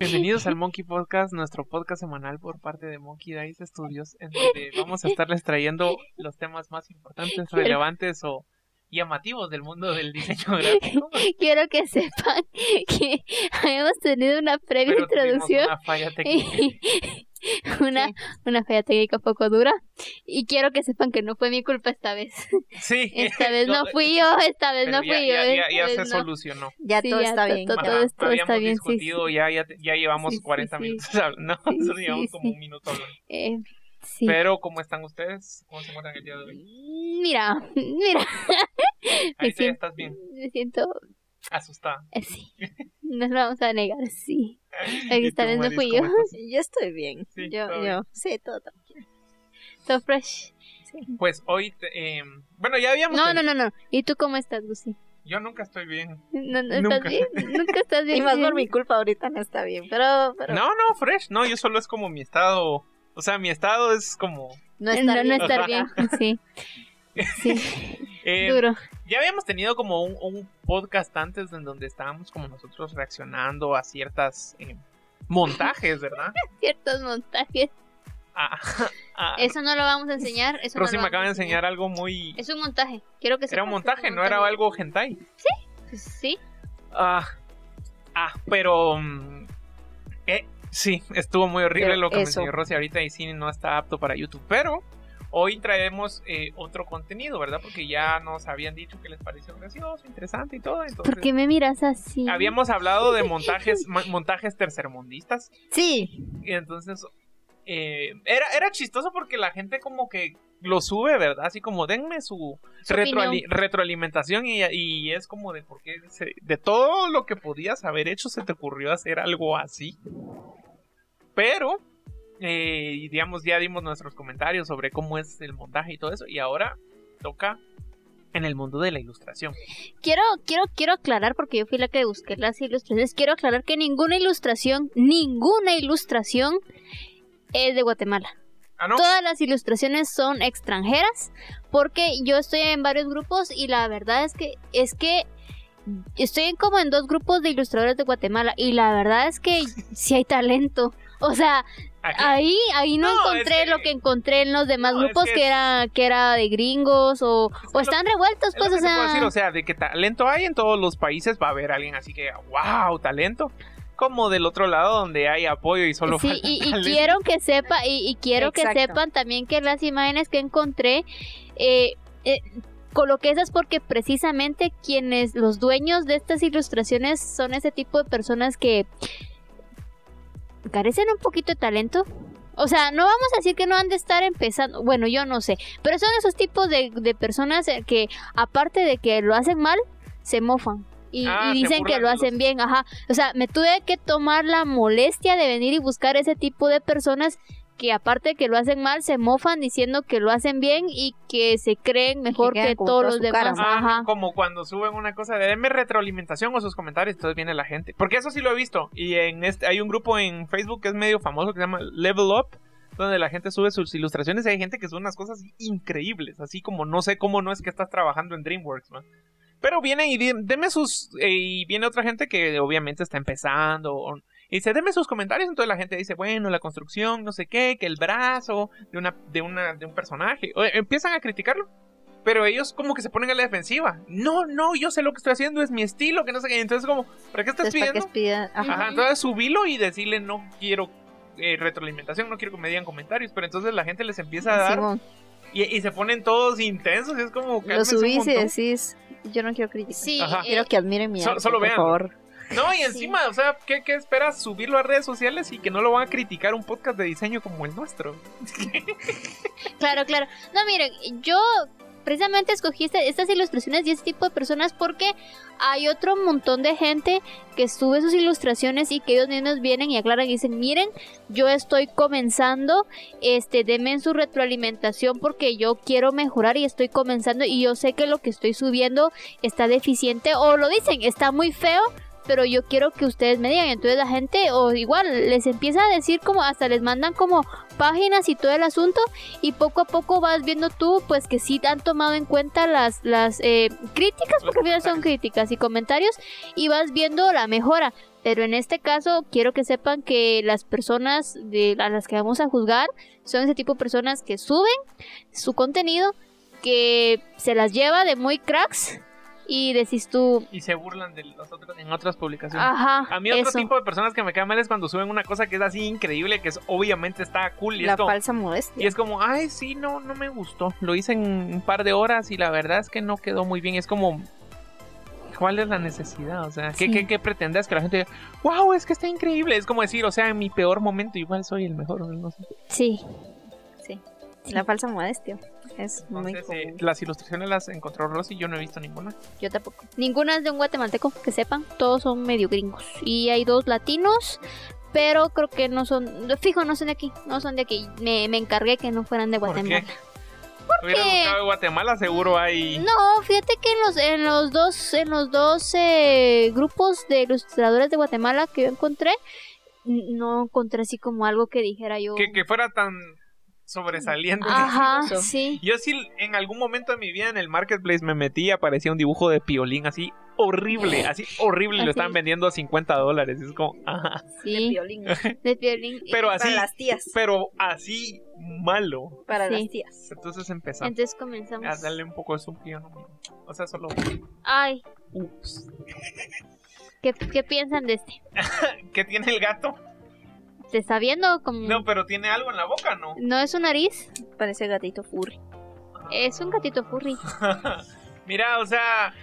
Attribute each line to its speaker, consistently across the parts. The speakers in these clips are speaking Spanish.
Speaker 1: Bienvenidos al Monkey Podcast, nuestro podcast semanal por parte de Monkey Dice Studios, en donde vamos a estarles trayendo los temas más importantes, relevantes o llamativos del mundo del diseño gráfico.
Speaker 2: Quiero que sepan que hemos tenido una previa
Speaker 1: Pero tuvimos
Speaker 2: introducción,
Speaker 1: Una falla técnica.
Speaker 2: una, una falla técnica poco dura. Y quiero que sepan que no fue mi culpa esta vez.
Speaker 1: Sí.
Speaker 2: Esta vez Este, no fui yo, esta vez
Speaker 1: eh, pero
Speaker 2: no
Speaker 1: ya-
Speaker 2: fui yo.
Speaker 1: ya, ya- ya
Speaker 2: esta
Speaker 1: se
Speaker 2: vez no.
Speaker 1: solucionó.
Speaker 3: Ya
Speaker 2: Sí,
Speaker 3: todo
Speaker 2: ya
Speaker 3: está
Speaker 2: to-
Speaker 3: bien.
Speaker 2: to-
Speaker 3: ya.
Speaker 2: todo es- está
Speaker 1: habíamos
Speaker 2: bien, sí, sí.
Speaker 1: discutido, Ya, ya, ya llevamos
Speaker 2: Sí, sí,
Speaker 1: 40
Speaker 2: sí.
Speaker 1: minutos hablando,
Speaker 2: Sí,
Speaker 1: solo
Speaker 2: sí,
Speaker 1: llevamos como
Speaker 2: sí.
Speaker 1: un minuto hablando.
Speaker 2: Eh, sí.
Speaker 1: Pero, ¿cómo están ustedes? ¿Cómo se encuentran el día de hoy?
Speaker 2: Mira, mira.
Speaker 1: Ahí
Speaker 2: siento-
Speaker 1: estás bien,
Speaker 2: Me siento
Speaker 1: asustada.
Speaker 2: eh, sí. Nos lo vamos a negar, sí.
Speaker 1: ¿Y
Speaker 2: Aquí esta
Speaker 1: tú,
Speaker 2: vez no
Speaker 1: Maris,
Speaker 2: fui yo.
Speaker 1: cómo estás?
Speaker 3: Yo estoy bien.
Speaker 1: Sí,
Speaker 3: yo,
Speaker 1: todo
Speaker 3: yo. Sí, todo. todo.
Speaker 2: So fresh.
Speaker 1: Pues hoy, te- eh, bueno, ya habíamos...
Speaker 2: No, no, no, no. ¿Y tú cómo estás, Lucy?
Speaker 1: Yo nunca estoy bien.
Speaker 2: No, no
Speaker 1: Nunca.
Speaker 2: estás bien. Nunca estás bien.
Speaker 3: Y más por
Speaker 2: sí.
Speaker 3: mi culpa ahorita no está bien. Pero, pero no,
Speaker 1: No, no, fresh. No, yo solo es como mi estado... O sea, mi estado es como...
Speaker 3: está
Speaker 2: no, no
Speaker 3: bien.
Speaker 2: estar bien. Sí. Sí,
Speaker 1: eh,
Speaker 2: duro.
Speaker 1: ya habíamos tenido como un, un podcast antes en donde estábamos como nosotros reaccionando a ciertas eh, montajes, ¿verdad?
Speaker 2: Ciertos montajes.
Speaker 1: A- a-
Speaker 2: Eso no lo vamos a enseñar. Eso no
Speaker 1: Rosy
Speaker 2: lo
Speaker 1: me
Speaker 2: vamos
Speaker 1: acaba
Speaker 2: a
Speaker 1: de enseñar algo muy...
Speaker 2: Es un montaje. Quiero que
Speaker 1: Era un
Speaker 2: sepas que
Speaker 1: montaje,
Speaker 2: es
Speaker 1: no era algo hentai.
Speaker 2: Sí.
Speaker 1: Ah, ah pero... mm, eh, sí, estuvo muy horrible
Speaker 3: Pero
Speaker 1: lo que me
Speaker 3: eso.
Speaker 1: enseñó Rosy ahorita y sí, no está apto para YouTube, pero... Hoy traemos eh, otro contenido, ¿verdad? Porque ya nos habían dicho que les pareció gracioso, interesante y todo. Entonces,
Speaker 2: ¿Por qué me miras así?
Speaker 1: habíamos hablado de montajes, ma- montajes tercermundistas.
Speaker 3: Sí,
Speaker 1: Y entonces, eh, era, era chistoso porque la gente como que lo sube, ¿verdad? Así como denme su,
Speaker 2: Su
Speaker 1: retroali-
Speaker 2: opinión.
Speaker 1: retroalimentación y, y es como de por qué se- de todo lo que podías haber hecho se te ocurrió hacer algo así. Pero, eh, y digamos, ya dimos nuestros comentarios sobre cómo es el montaje y todo eso y ahora toca en el mundo de la ilustración.
Speaker 2: Quiero, quiero, quiero aclarar porque yo fui la que busqué las ilustraciones. Quiero aclarar que ninguna ilustración, ninguna ilustración es de Guatemala.
Speaker 1: Ah, no,
Speaker 2: Todas las ilustraciones son extranjeras porque yo estoy en varios grupos y la verdad es que es que estoy en como en dos grupos de ilustradores de Guatemala y la verdad es que sí hay talento. O sea,
Speaker 1: aquí-
Speaker 2: ahí ahí no,
Speaker 1: No, es
Speaker 2: encontré
Speaker 1: que-
Speaker 2: lo que encontré en los demás
Speaker 1: No, es
Speaker 2: grupos
Speaker 1: que
Speaker 2: que,
Speaker 1: es-
Speaker 2: era que era de gringos o, o
Speaker 1: lo-
Speaker 2: están revueltos,
Speaker 1: Es lo
Speaker 2: pues,
Speaker 1: que
Speaker 2: o
Speaker 1: te puedo
Speaker 2: sea,
Speaker 1: decir, o sea, de que talento hay en todos los países, va a haber alguien así que, wow, talento. Como del otro lado donde hay apoyo y solo
Speaker 2: Sí,
Speaker 1: falta
Speaker 2: y, y
Speaker 1: talento.
Speaker 2: quiero que sepa y, y quiero que
Speaker 3: Exacto.
Speaker 2: sepan también que las imágenes que encontré eh, eh, coloqué esas porque precisamente quienes los dueños de estas ilustraciones son ese tipo de personas que carecen un poquito de talento. O sea, no vamos a decir que no han de estar empezando, bueno, yo no sé, pero son esos tipos de, de personas eh, que aparte de que lo hacen mal, se mofan y,
Speaker 1: Ah,
Speaker 2: y
Speaker 1: se
Speaker 2: dicen que
Speaker 1: burlan
Speaker 2: lo
Speaker 1: de los-
Speaker 2: hacen bien, ajá. O sea, me tuve que tomar la molestia de venir y buscar ese tipo de personas que aparte de que lo hacen mal, se mofan diciendo que lo hacen bien y que se creen mejor
Speaker 3: quedan
Speaker 2: que
Speaker 3: con
Speaker 2: todos
Speaker 3: toda
Speaker 2: los
Speaker 3: su cara.
Speaker 2: demás.
Speaker 1: Ah,
Speaker 2: Ajá.
Speaker 1: Como cuando suben una cosa de denme retroalimentación o sus comentarios, entonces viene la gente. Porque eso sí lo he visto. Y en este hay un grupo en Facebook que es medio famoso que se llama Level Up, donde la gente sube sus ilustraciones y hay gente que sube unas cosas increíbles. Así como no sé cómo no es que estás trabajando en DreamWorks, man. Pero vienen y di- deme sus. eh, y viene otra gente que obviamente está empezando. o- y dice, deme sus comentarios. Entonces la gente dice, bueno, la construcción, no sé qué, que el brazo de una, de una, de un personaje. O- empiezan a criticarlo. Pero ellos como que se ponen a la defensiva. No, no, yo sé lo que estoy haciendo, es mi estilo, que no sé qué. Entonces como, ¿para qué estás
Speaker 3: entonces para
Speaker 1: pidiendo?
Speaker 3: que pidan. Ajá.
Speaker 1: Ajá, entonces subilo y decirle no quiero eh, retroalimentación, no quiero que me digan comentarios. Pero entonces la gente les empieza a dar
Speaker 3: Simón,
Speaker 1: y, y se ponen todos intensos. y es como
Speaker 3: lo
Speaker 1: cálmense un
Speaker 3: subís y
Speaker 1: montón.
Speaker 3: decís, yo no quiero criticar.
Speaker 2: Sí,
Speaker 1: Ajá.
Speaker 2: eh,
Speaker 3: Quiero que admiren mi
Speaker 1: So-
Speaker 3: arte,
Speaker 1: solo
Speaker 3: por
Speaker 1: vean.
Speaker 3: favor.
Speaker 1: No, y
Speaker 2: Sí.
Speaker 1: encima, o sea, ¿qué, qué esperas? Subirlo a redes sociales y que no lo van a criticar un podcast de diseño como el nuestro.
Speaker 2: Claro, claro. No, miren, yo precisamente escogí este- estas ilustraciones y este tipo de personas porque hay otro montón de gente que sube sus ilustraciones y que ellos mismos vienen y aclaran y dicen, miren, yo estoy comenzando, este, denme en su retroalimentación porque yo quiero mejorar y estoy comenzando y yo sé que lo que estoy subiendo está deficiente o lo dicen, está muy feo. pero yo quiero que ustedes me digan. Entonces la gente, o igual, les empieza a decir como, hasta les mandan como páginas y todo el asunto, y poco a poco vas viendo tú, pues que sí han tomado en cuenta las, las eh, críticas, porque al final son críticas y comentarios, y vas viendo la mejora. Pero en este caso, quiero que sepan que las personas de, a las que vamos a juzgar son ese tipo de personas que suben su contenido, que se las lleva de muy cracks y decís tú,
Speaker 1: Y se burlan de los otros en otras publicaciones.
Speaker 2: ajá,
Speaker 1: a mí otro
Speaker 2: Ah, eso.
Speaker 1: tipo de personas que me caen mal es cuando suben una cosa que es así increíble, que es obviamente está cool y
Speaker 3: La
Speaker 1: es como,
Speaker 3: falsa modestia.
Speaker 1: y es como, ay, sí, no, no me gustó. Lo hice en un par de horas y la verdad es que no quedó muy bien. Es como, ¿cuál es la necesidad? O sea, ¿qué,
Speaker 2: Sí.
Speaker 1: qué- qué pretendes? Que la gente diga, wow, es que está increíble. Es como decir, o sea, en mi peor momento igual soy el mejor. o No sé.
Speaker 2: Sí,
Speaker 3: La falsa modestia. Es muy
Speaker 1: Entonces, eh,
Speaker 3: común.
Speaker 1: las ilustraciones las encontró Rosy, yo no he visto ninguna.
Speaker 3: Yo tampoco.
Speaker 2: ninguna es de un guatemalteco, que sepan, todos son medio gringos. Y hay dos latinos, pero creo que no son, fijo, no son de aquí, no son de aquí. Me, me encargué que no fueran de
Speaker 1: ¿Por qué?
Speaker 2: Guatemala.
Speaker 1: Hubiera buscado en Guatemala, seguro hay...
Speaker 2: No, fíjate que en los, en los dos, en los dos eh, grupos de ilustradores de Guatemala que yo encontré, n- no encontré así como algo que dijera yo. "Ah,
Speaker 1: Que, que fuera tan sobresaliente.
Speaker 2: Ajá,
Speaker 3: Delicioso.
Speaker 2: sí.
Speaker 1: Yo sí en algún momento de mi vida en el marketplace me metí y aparecía un dibujo de piolín así horrible, así horrible, y
Speaker 2: Así.
Speaker 1: lo estaban vendiendo a 50 dólares. Es como, ajá.
Speaker 3: De
Speaker 2: Sí,
Speaker 3: violín.
Speaker 2: de violín.
Speaker 1: Pero así,
Speaker 3: Para las tías.
Speaker 1: pero así malo.
Speaker 3: Para
Speaker 2: Sí.
Speaker 3: las tías.
Speaker 1: Entonces empezamos
Speaker 2: Entonces comenzamos.
Speaker 1: a darle un poco de zoom que yo no- O sea, solo.
Speaker 2: Ay,
Speaker 1: Ups.
Speaker 2: ¿qué, qué piensan de este?
Speaker 1: ¿Qué tiene el gato?
Speaker 2: ¿Te está viendo? Como...
Speaker 1: No, pero tiene algo en la boca, ¿no?
Speaker 2: ¿No es su nariz?
Speaker 3: Parece gatito furry.
Speaker 2: Es un gatito furry.
Speaker 1: Mira, o sea.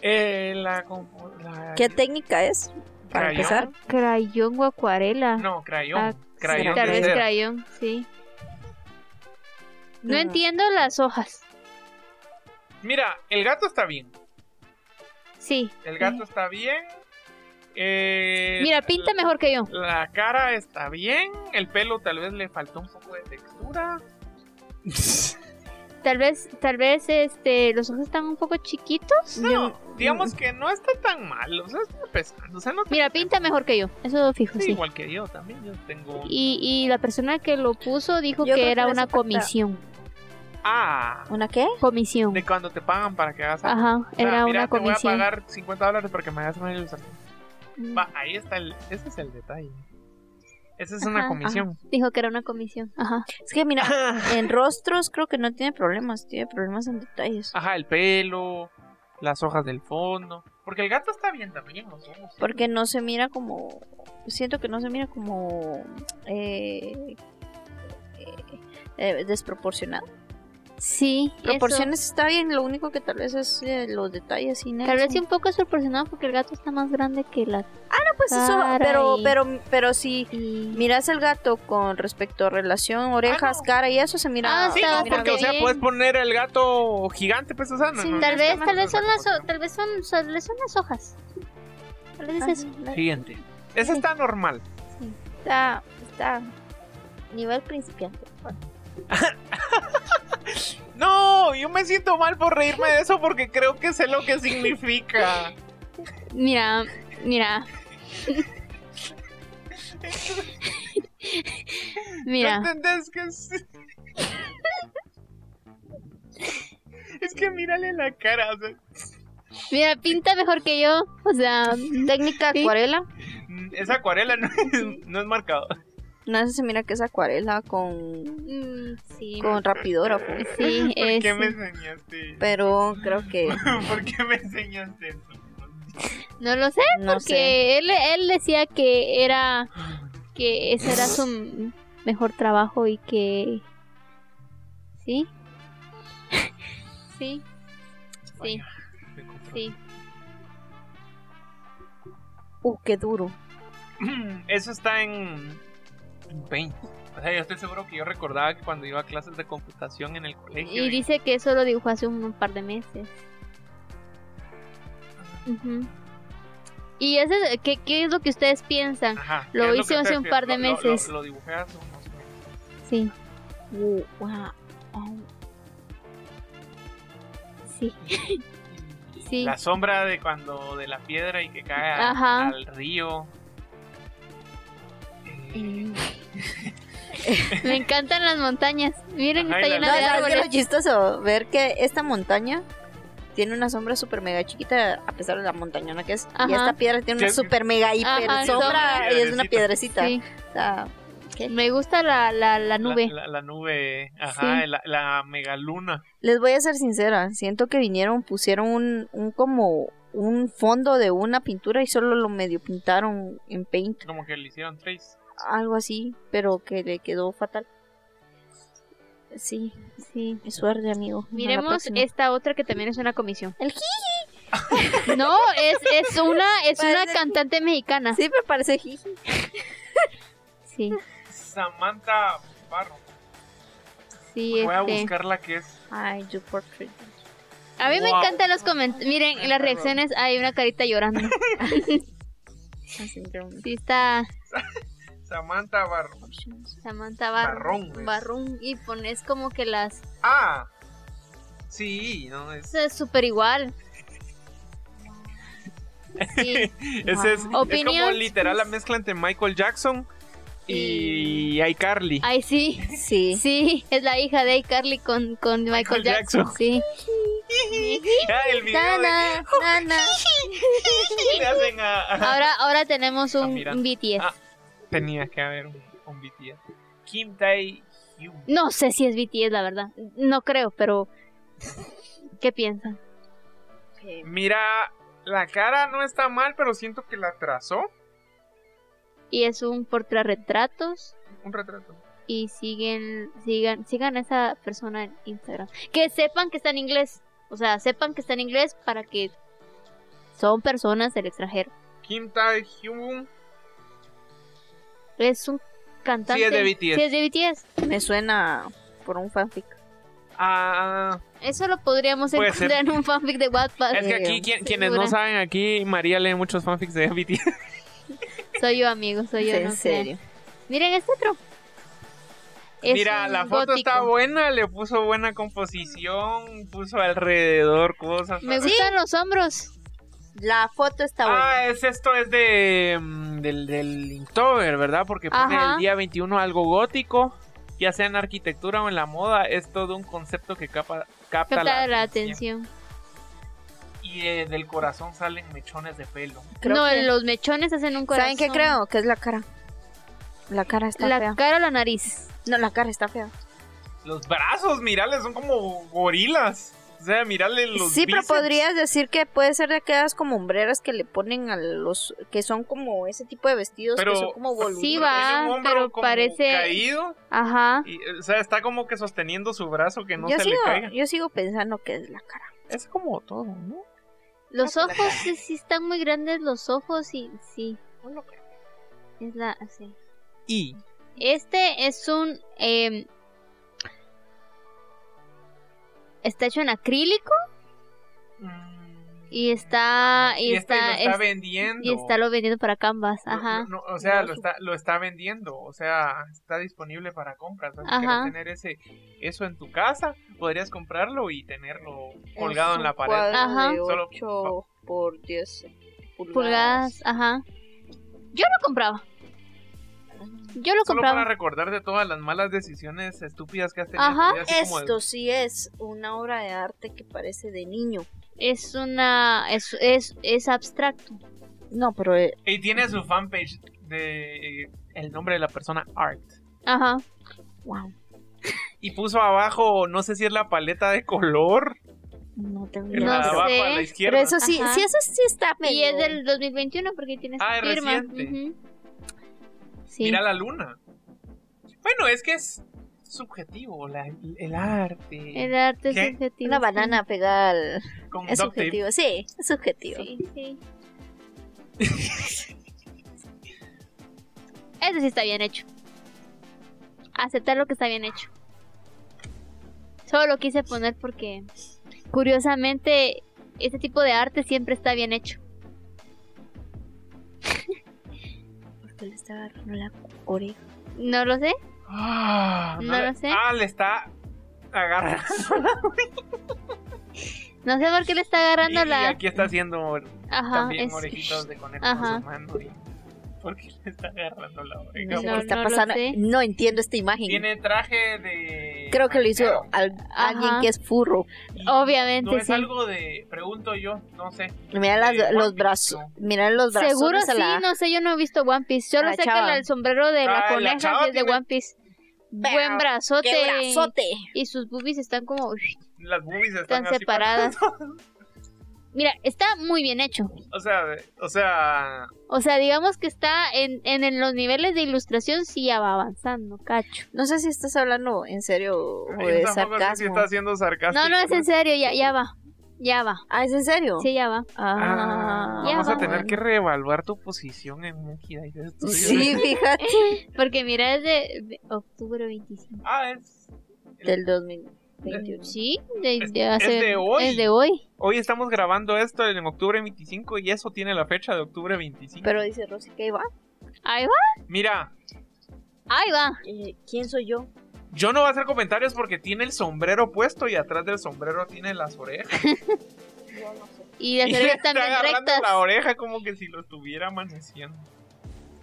Speaker 1: eh, la, compu- la-
Speaker 3: ¿Qué técnica es? Para
Speaker 1: Crayón.
Speaker 3: empezar.
Speaker 2: Crayón o acuarela.
Speaker 1: No, crayón.
Speaker 2: Ah,
Speaker 1: crayón
Speaker 2: Tal
Speaker 1: de
Speaker 2: vez
Speaker 1: cera.
Speaker 2: crayón, sí. No
Speaker 3: Ajá.
Speaker 2: entiendo las hojas.
Speaker 1: Mira, el gato está bien.
Speaker 2: Sí.
Speaker 1: El gato está bien. Eh,
Speaker 2: Mira, pinta mejor que yo.
Speaker 1: La cara está bien. El pelo tal vez le faltó un poco de textura.
Speaker 2: Tal vez, tal vez, este, los ojos están un poco chiquitos.
Speaker 1: No, digamos que no está tan mal. O sea, está pesando. O sea, no
Speaker 2: Mira, pinta mejor que yo. Eso fijo,
Speaker 1: sí,
Speaker 2: sí.
Speaker 1: igual que yo también. Yo tengo.
Speaker 2: Y, y la persona que lo puso dijo
Speaker 3: Yo creo
Speaker 2: que
Speaker 3: que
Speaker 2: era
Speaker 3: le
Speaker 2: una
Speaker 3: hace falta-
Speaker 2: comisión.
Speaker 1: Ah,
Speaker 3: ¿Una qué?
Speaker 2: Comisión.
Speaker 1: de cuando te pagan para que hagas. algo.
Speaker 2: Ajá,
Speaker 1: O sea, mira,
Speaker 2: era una
Speaker 1: te voy a
Speaker 2: comisión.
Speaker 1: pagar 50 dólares para que me hagas una ilustración.
Speaker 2: Mm,
Speaker 1: Va, ahí está el. Ese es el detalle. Esa es una
Speaker 2: Ajá,
Speaker 1: comisión.
Speaker 2: Dijo que era una comisión. Ajá.
Speaker 3: Es que mira, en rostros creo que no tiene problemas. Tiene problemas en detalles.
Speaker 1: Ajá, el pelo, las hojas del fondo. Porque el gato está bien también, los ojos.
Speaker 3: Porque no se mira como. Siento que no se mira como. eh, eh, eh, desproporcionado.
Speaker 2: Sí. eso.
Speaker 3: Proporciones está bien, lo único que tal vez es eh, los detalles y
Speaker 2: Tal vez sí un poco es proporcionado porque el gato está más grande que la.
Speaker 3: pues eso,
Speaker 2: cara
Speaker 3: pero,
Speaker 2: y-
Speaker 3: pero, pero si
Speaker 2: y-
Speaker 3: miras el gato con respecto a relación, orejas,
Speaker 1: no.
Speaker 3: cara y eso, se mira.
Speaker 2: Ah,
Speaker 1: Sí,
Speaker 2: está
Speaker 1: no,
Speaker 2: bastante
Speaker 1: porque, o sea,
Speaker 2: bien.
Speaker 1: puedes poner el gato gigante, pues, o sea, no,
Speaker 3: Sí,
Speaker 1: no,
Speaker 2: Tal
Speaker 1: no
Speaker 2: vez,
Speaker 1: está
Speaker 2: tal
Speaker 1: mal,
Speaker 2: vez
Speaker 1: no
Speaker 2: son
Speaker 1: está
Speaker 2: las,
Speaker 1: mal.
Speaker 2: ho- tal vez son, tal vez son las hojas. Tal vez
Speaker 3: Ah,
Speaker 2: es eso.
Speaker 3: no,
Speaker 1: Siguiente. Ese
Speaker 2: Sí.
Speaker 1: está normal.
Speaker 3: Está, está. Nivel principiante.
Speaker 1: No, yo me siento mal por reírme de eso porque creo que sé lo que significa.
Speaker 2: Mira, mira. mira.
Speaker 1: ¿No entendés que es? Es que mírale la cara, o sea,
Speaker 2: Mira, pinta mejor que yo. O sea,
Speaker 3: Técnica
Speaker 2: Sí.
Speaker 3: acuarela.
Speaker 1: mm, esa acuarela no es, no es marcado.
Speaker 3: No sé si mira que es acuarela con,
Speaker 2: mm, sí.
Speaker 3: con rapidógrafo.
Speaker 2: Sí, este,
Speaker 1: ¿Por
Speaker 2: es.
Speaker 1: qué me enseñaste?
Speaker 3: Pero creo que.
Speaker 1: ¿Por qué me enseñaste eso?
Speaker 2: No lo sé,
Speaker 3: No sé.
Speaker 2: que él, él decía que era. Que ese era su m- mejor trabajo y que. Sí. sí, sí, sí.
Speaker 3: Uh, qué duro.
Speaker 1: Eso está en, en Paint. O sea, yo estoy seguro que yo recordaba que cuando iba a clases de computación en el colegio.
Speaker 2: Y dice que eso lo dibujó hace un, un par de meses. Ujú. ¿Y ese, qué, qué es lo que ustedes piensan?
Speaker 1: Ajá,
Speaker 2: lo
Speaker 1: que es
Speaker 2: hice
Speaker 1: que
Speaker 2: hace
Speaker 1: te
Speaker 2: un
Speaker 1: refieres,
Speaker 2: par de
Speaker 1: lo- lo-
Speaker 2: meses.
Speaker 1: Lo, lo dibujé hace unos meses.
Speaker 2: Sí,
Speaker 3: Uh, wow. Oh,
Speaker 2: sí.
Speaker 1: Y-
Speaker 2: sí.
Speaker 1: La sombra de cuando de la piedra y que cae a-
Speaker 2: Ajá.
Speaker 1: al río. Eh,
Speaker 2: Mm. Me encantan las montañas. Miren,
Speaker 1: Ajá,
Speaker 2: está
Speaker 1: y la-
Speaker 2: llena
Speaker 1: No,
Speaker 2: de
Speaker 1: la-
Speaker 3: ¿sabes qué es
Speaker 2: árboles.
Speaker 3: lo chistoso? Ver que esta montaña tiene una sombra super mega chiquita, a pesar de la montañona que es.
Speaker 2: Ajá.
Speaker 3: Y esta piedra tiene
Speaker 1: Sí.
Speaker 3: una super mega hiper
Speaker 2: Ajá,
Speaker 3: sombra
Speaker 1: sombra.
Speaker 3: y es una piedrecita.
Speaker 2: Sí.
Speaker 3: O sea, ¿qué?
Speaker 2: Me gusta la, la, la
Speaker 1: La-
Speaker 2: nube.
Speaker 1: La, la nube, ajá, la, la megaluna.
Speaker 3: Les voy a ser sincera, siento que vinieron, pusieron un, un como un fondo de una pintura y solo lo medio pintaron en paint,
Speaker 1: Como que le hicieron trace.
Speaker 3: algo así, pero que le quedó fatal. Sí,
Speaker 2: Sí.
Speaker 3: suerte amigo. A la
Speaker 2: Miremos
Speaker 3: próxima.
Speaker 2: esta otra que también es una comisión.
Speaker 3: El
Speaker 2: No, es, es una, es una
Speaker 3: Parece-
Speaker 2: cantante mexicana.
Speaker 3: Sí, me parece jiji.
Speaker 2: Sí,
Speaker 1: Samantha Barro.
Speaker 2: sí,
Speaker 1: Voy a
Speaker 2: este.
Speaker 1: buscar la que es.
Speaker 3: Ay, you portrait.
Speaker 2: A mí me
Speaker 1: Wow.
Speaker 2: encantan los comentarios. Miren, las reacciones. Hay una carita llorando. Sí, está
Speaker 1: Samantha Barro.
Speaker 2: Samantha Bar-
Speaker 1: Barrón, güey.
Speaker 2: Barrón. Y pones como que las.
Speaker 1: Ah. Sí, no es.
Speaker 2: Es súper igual. Sí.
Speaker 1: Ese es, es como
Speaker 2: Opinions.
Speaker 1: literal la mezcla entre Michael Jackson y iCarly.
Speaker 2: Ay, sí.
Speaker 3: Sí.
Speaker 2: Sí, es la hija de iCarly con, con Michael,
Speaker 1: Michael
Speaker 2: Jackson.
Speaker 1: Jackson.
Speaker 2: Sí.
Speaker 1: Ah, el video de,
Speaker 3: Nana, nana.
Speaker 1: le hacen a- a-
Speaker 2: Ahora, ahora tenemos
Speaker 1: Ah,
Speaker 2: un,
Speaker 1: mira.
Speaker 2: un BTS.
Speaker 1: Ah. Tenía que haber un, un BTS. Kim Tae Hyun.
Speaker 2: No sé si es BTS, la verdad. No creo, pero. ¿Qué piensan?
Speaker 1: Mira, la cara no está mal, pero siento que la trazó.
Speaker 2: Y es un portarretratos.
Speaker 1: Un retrato.
Speaker 2: Y siguen, sigan, sigan a esa persona en Instagram. Que sepan que está en inglés. O sea, sepan que está en inglés para que son personas del extranjero.
Speaker 1: Kim Tae Hyun.
Speaker 2: Es un cantante.
Speaker 1: Sí, es de BTS.
Speaker 2: Sí, es de BTS.
Speaker 3: Me suena por un fanfic.
Speaker 1: Ah,
Speaker 2: Eso lo podríamos
Speaker 1: Puede ser.
Speaker 2: encontrar en un fanfic de Wattpad.
Speaker 1: es que
Speaker 3: Eh,
Speaker 1: aquí, quien-
Speaker 2: sí,
Speaker 1: quienes no
Speaker 2: segura.
Speaker 1: saben, aquí María lee muchos fanfics de BTS.
Speaker 2: Soy yo, amigo, soy yo.
Speaker 3: en
Speaker 2: no crean.
Speaker 3: serio.
Speaker 2: Miren este otro. Es
Speaker 1: Mira,
Speaker 2: un
Speaker 1: la foto
Speaker 2: gótico.
Speaker 1: está buena, le puso buena composición, puso alrededor cosas.
Speaker 2: Me gustan los hombros.
Speaker 3: La foto está buena.
Speaker 1: Ah, es esto, es de mm, del, del Inktober, ¿verdad? Porque pone
Speaker 2: Ajá.
Speaker 1: el día 21 algo gótico, ya sea en arquitectura o en la moda, es todo un concepto que capa- capta,
Speaker 2: Capta la atención.
Speaker 1: Y eh, del corazón salen mechones de pelo.
Speaker 3: Creo
Speaker 2: no,
Speaker 3: que-
Speaker 2: los mechones hacen un corazón.
Speaker 3: ¿Saben qué creo? Que es la cara. La cara está
Speaker 2: La
Speaker 3: fea.
Speaker 2: cara o la nariz.
Speaker 3: No, la cara está fea.
Speaker 1: Los brazos, mirales, son como gorilas. O sea, mirale los
Speaker 3: sí, pero
Speaker 1: bíceps.
Speaker 3: podrías decir que puede ser de aquellas como hombreras que le ponen a los que son como ese tipo de vestidos
Speaker 1: Pero-
Speaker 3: que son como volumen.
Speaker 2: Sí,
Speaker 1: Pero
Speaker 2: va,
Speaker 1: tiene un hombro
Speaker 2: pero
Speaker 1: como
Speaker 2: parece-
Speaker 1: caído
Speaker 2: Ajá.
Speaker 1: y, eh, o sea, está como que sosteniendo su brazo que no
Speaker 3: yo
Speaker 1: se
Speaker 3: sigo,
Speaker 1: le caiga.
Speaker 3: yo sigo pensando que es la cara.
Speaker 1: Es como todo, ¿no?
Speaker 2: Los
Speaker 1: Ah,
Speaker 2: ojos sí, sí están muy grandes, los ojos y sí. Es la sí.
Speaker 1: Y
Speaker 2: Este es un eh, está hecho en acrílico
Speaker 1: mm,
Speaker 2: y está y,
Speaker 1: y este
Speaker 2: está,
Speaker 1: lo está
Speaker 2: es-
Speaker 1: vendiendo.
Speaker 2: y está lo vendiendo para Canvas,
Speaker 1: No,
Speaker 2: ajá.
Speaker 1: no, no, o sea,
Speaker 3: No,
Speaker 1: lo
Speaker 3: su-
Speaker 1: está, lo está vendiendo, o sea, está disponible para compras. ¿no? Si
Speaker 2: Ajá.
Speaker 1: quieres tener ese, eso en tu casa, podrías comprarlo y tenerlo colgado en la pared.
Speaker 2: Ajá.
Speaker 1: Solo-
Speaker 3: 8 por 10 pulgadas.
Speaker 2: pulgadas, ajá. Yo lo compraba. Yo lo
Speaker 1: Solo
Speaker 2: compraba.
Speaker 1: para recordarte todas las malas decisiones estúpidas que has tenido. en tu
Speaker 2: Ajá.
Speaker 1: vida, así como de-
Speaker 3: Esto sí es una obra de arte que parece de niño.
Speaker 2: Es una es, es es abstracto.
Speaker 3: No, pero eh,
Speaker 1: Y tiene su fanpage de eh, el nombre de la persona Art.
Speaker 2: Ajá.
Speaker 3: wow,
Speaker 1: Y puso abajo, no sé si es la paleta de color.
Speaker 3: no tengo
Speaker 1: en
Speaker 2: No
Speaker 1: la de
Speaker 2: sé.
Speaker 1: abajo a la izquierda.
Speaker 3: Pero eso sí,
Speaker 2: Ajá.
Speaker 3: sí, eso sí está medio.
Speaker 2: Y es del 2021 porque tiene su
Speaker 1: Ah, es
Speaker 2: firma.
Speaker 1: reciente.
Speaker 2: Ujú. Sí.
Speaker 1: Mira la luna. Bueno, es que es subjetivo la- el arte.
Speaker 2: El arte
Speaker 1: ¿Qué?
Speaker 2: es subjetivo.
Speaker 3: Una
Speaker 2: sí.
Speaker 3: banana pegada al...
Speaker 1: con
Speaker 3: Es
Speaker 1: duct tape.
Speaker 3: subjetivo, sí, es subjetivo.
Speaker 2: Sí, sí. Ese sí está bien hecho. Aceptar lo que está bien hecho. Solo lo quise poner porque, curiosamente, este tipo de arte siempre está bien hecho.
Speaker 3: Porque le está agarrando la oreja.
Speaker 2: No lo sé.
Speaker 1: Ah,
Speaker 2: No
Speaker 1: le-
Speaker 2: lo sé.
Speaker 1: Ah, le está agarrando.
Speaker 2: No sé por qué le está agarrando
Speaker 1: y, y
Speaker 2: la.
Speaker 1: aquí está haciendo
Speaker 2: Ajá,
Speaker 1: también
Speaker 2: es-
Speaker 1: orejitas de conejo
Speaker 2: Ajá.
Speaker 1: con su mano. Y... ¿Por qué le está agarrando la oreja?
Speaker 2: No,
Speaker 3: No,
Speaker 1: Porque
Speaker 3: está
Speaker 2: no lo
Speaker 3: pasando.
Speaker 2: sé.
Speaker 3: No entiendo esta imagen.
Speaker 1: Tiene traje de.
Speaker 3: Creo que lo hizo
Speaker 1: vaquero.
Speaker 3: al-
Speaker 2: Ajá.
Speaker 3: alguien que es furro.
Speaker 1: Y
Speaker 2: Obviamente,
Speaker 1: No es
Speaker 2: sí.
Speaker 1: algo de. Pregunto yo, no sé.
Speaker 3: Mira las-
Speaker 1: Eh,
Speaker 3: los
Speaker 1: guapísimo.
Speaker 3: brazos. Mira los brazos.
Speaker 2: Seguro
Speaker 3: a
Speaker 2: sí,
Speaker 3: la-
Speaker 2: no sé, yo no he visto One Piece. Solo
Speaker 3: a la
Speaker 2: sé que
Speaker 3: chava.
Speaker 2: la- el sombrero de la
Speaker 1: Ah, la
Speaker 2: coneja
Speaker 1: chava
Speaker 2: sí es de
Speaker 1: tiene-
Speaker 2: One Piece.
Speaker 3: Vea,
Speaker 2: Buen brazote.
Speaker 3: ¡Qué brazote!
Speaker 2: Y sus boobies están como uy,
Speaker 1: Las boobies están,
Speaker 2: están
Speaker 1: así
Speaker 2: separadas. Mira, está muy bien hecho.
Speaker 1: pa- O sea, de- o sea.
Speaker 2: O sea, digamos que está en, en, en los niveles de ilustración sí ya va avanzando, cacho.
Speaker 3: No sé si estás hablando en serio o
Speaker 1: yo
Speaker 3: de
Speaker 1: tampoco sé si
Speaker 3: sarcasmo.
Speaker 1: está haciendo sarcasmo.
Speaker 2: No, no, es en serio, ya, ya va. Ya va.
Speaker 3: Ah, ¿es en serio?
Speaker 2: Sí, ya va.
Speaker 1: Ah,
Speaker 3: Ah,
Speaker 2: Ya
Speaker 1: vamos a
Speaker 2: va.
Speaker 1: tener que reevaluar tu posición en Monkey Island Studios.
Speaker 3: Sí, fíjate.
Speaker 2: Porque mira, es de de octubre 25.
Speaker 1: Ah, es.
Speaker 3: Del 2021.
Speaker 2: Sí, de,
Speaker 1: Eh, Es-
Speaker 2: de hace,
Speaker 1: es de hoy.
Speaker 2: Es de hoy.
Speaker 1: Hoy estamos grabando esto en octubre 25 y eso tiene la fecha de octubre 25.
Speaker 3: Pero dice Rosy que ahí va.
Speaker 2: Ahí va.
Speaker 1: Mira,
Speaker 2: Ahí va.
Speaker 3: Eh, ¿Quién soy yo?
Speaker 1: yo no voy a hacer comentarios porque tiene el sombrero puesto y atrás del sombrero tiene las orejas.
Speaker 2: Y las
Speaker 1: Y le
Speaker 2: orejas
Speaker 1: está
Speaker 2: también
Speaker 1: agarrando
Speaker 2: rectas.
Speaker 1: la oreja como que si lo estuviera amaneciendo.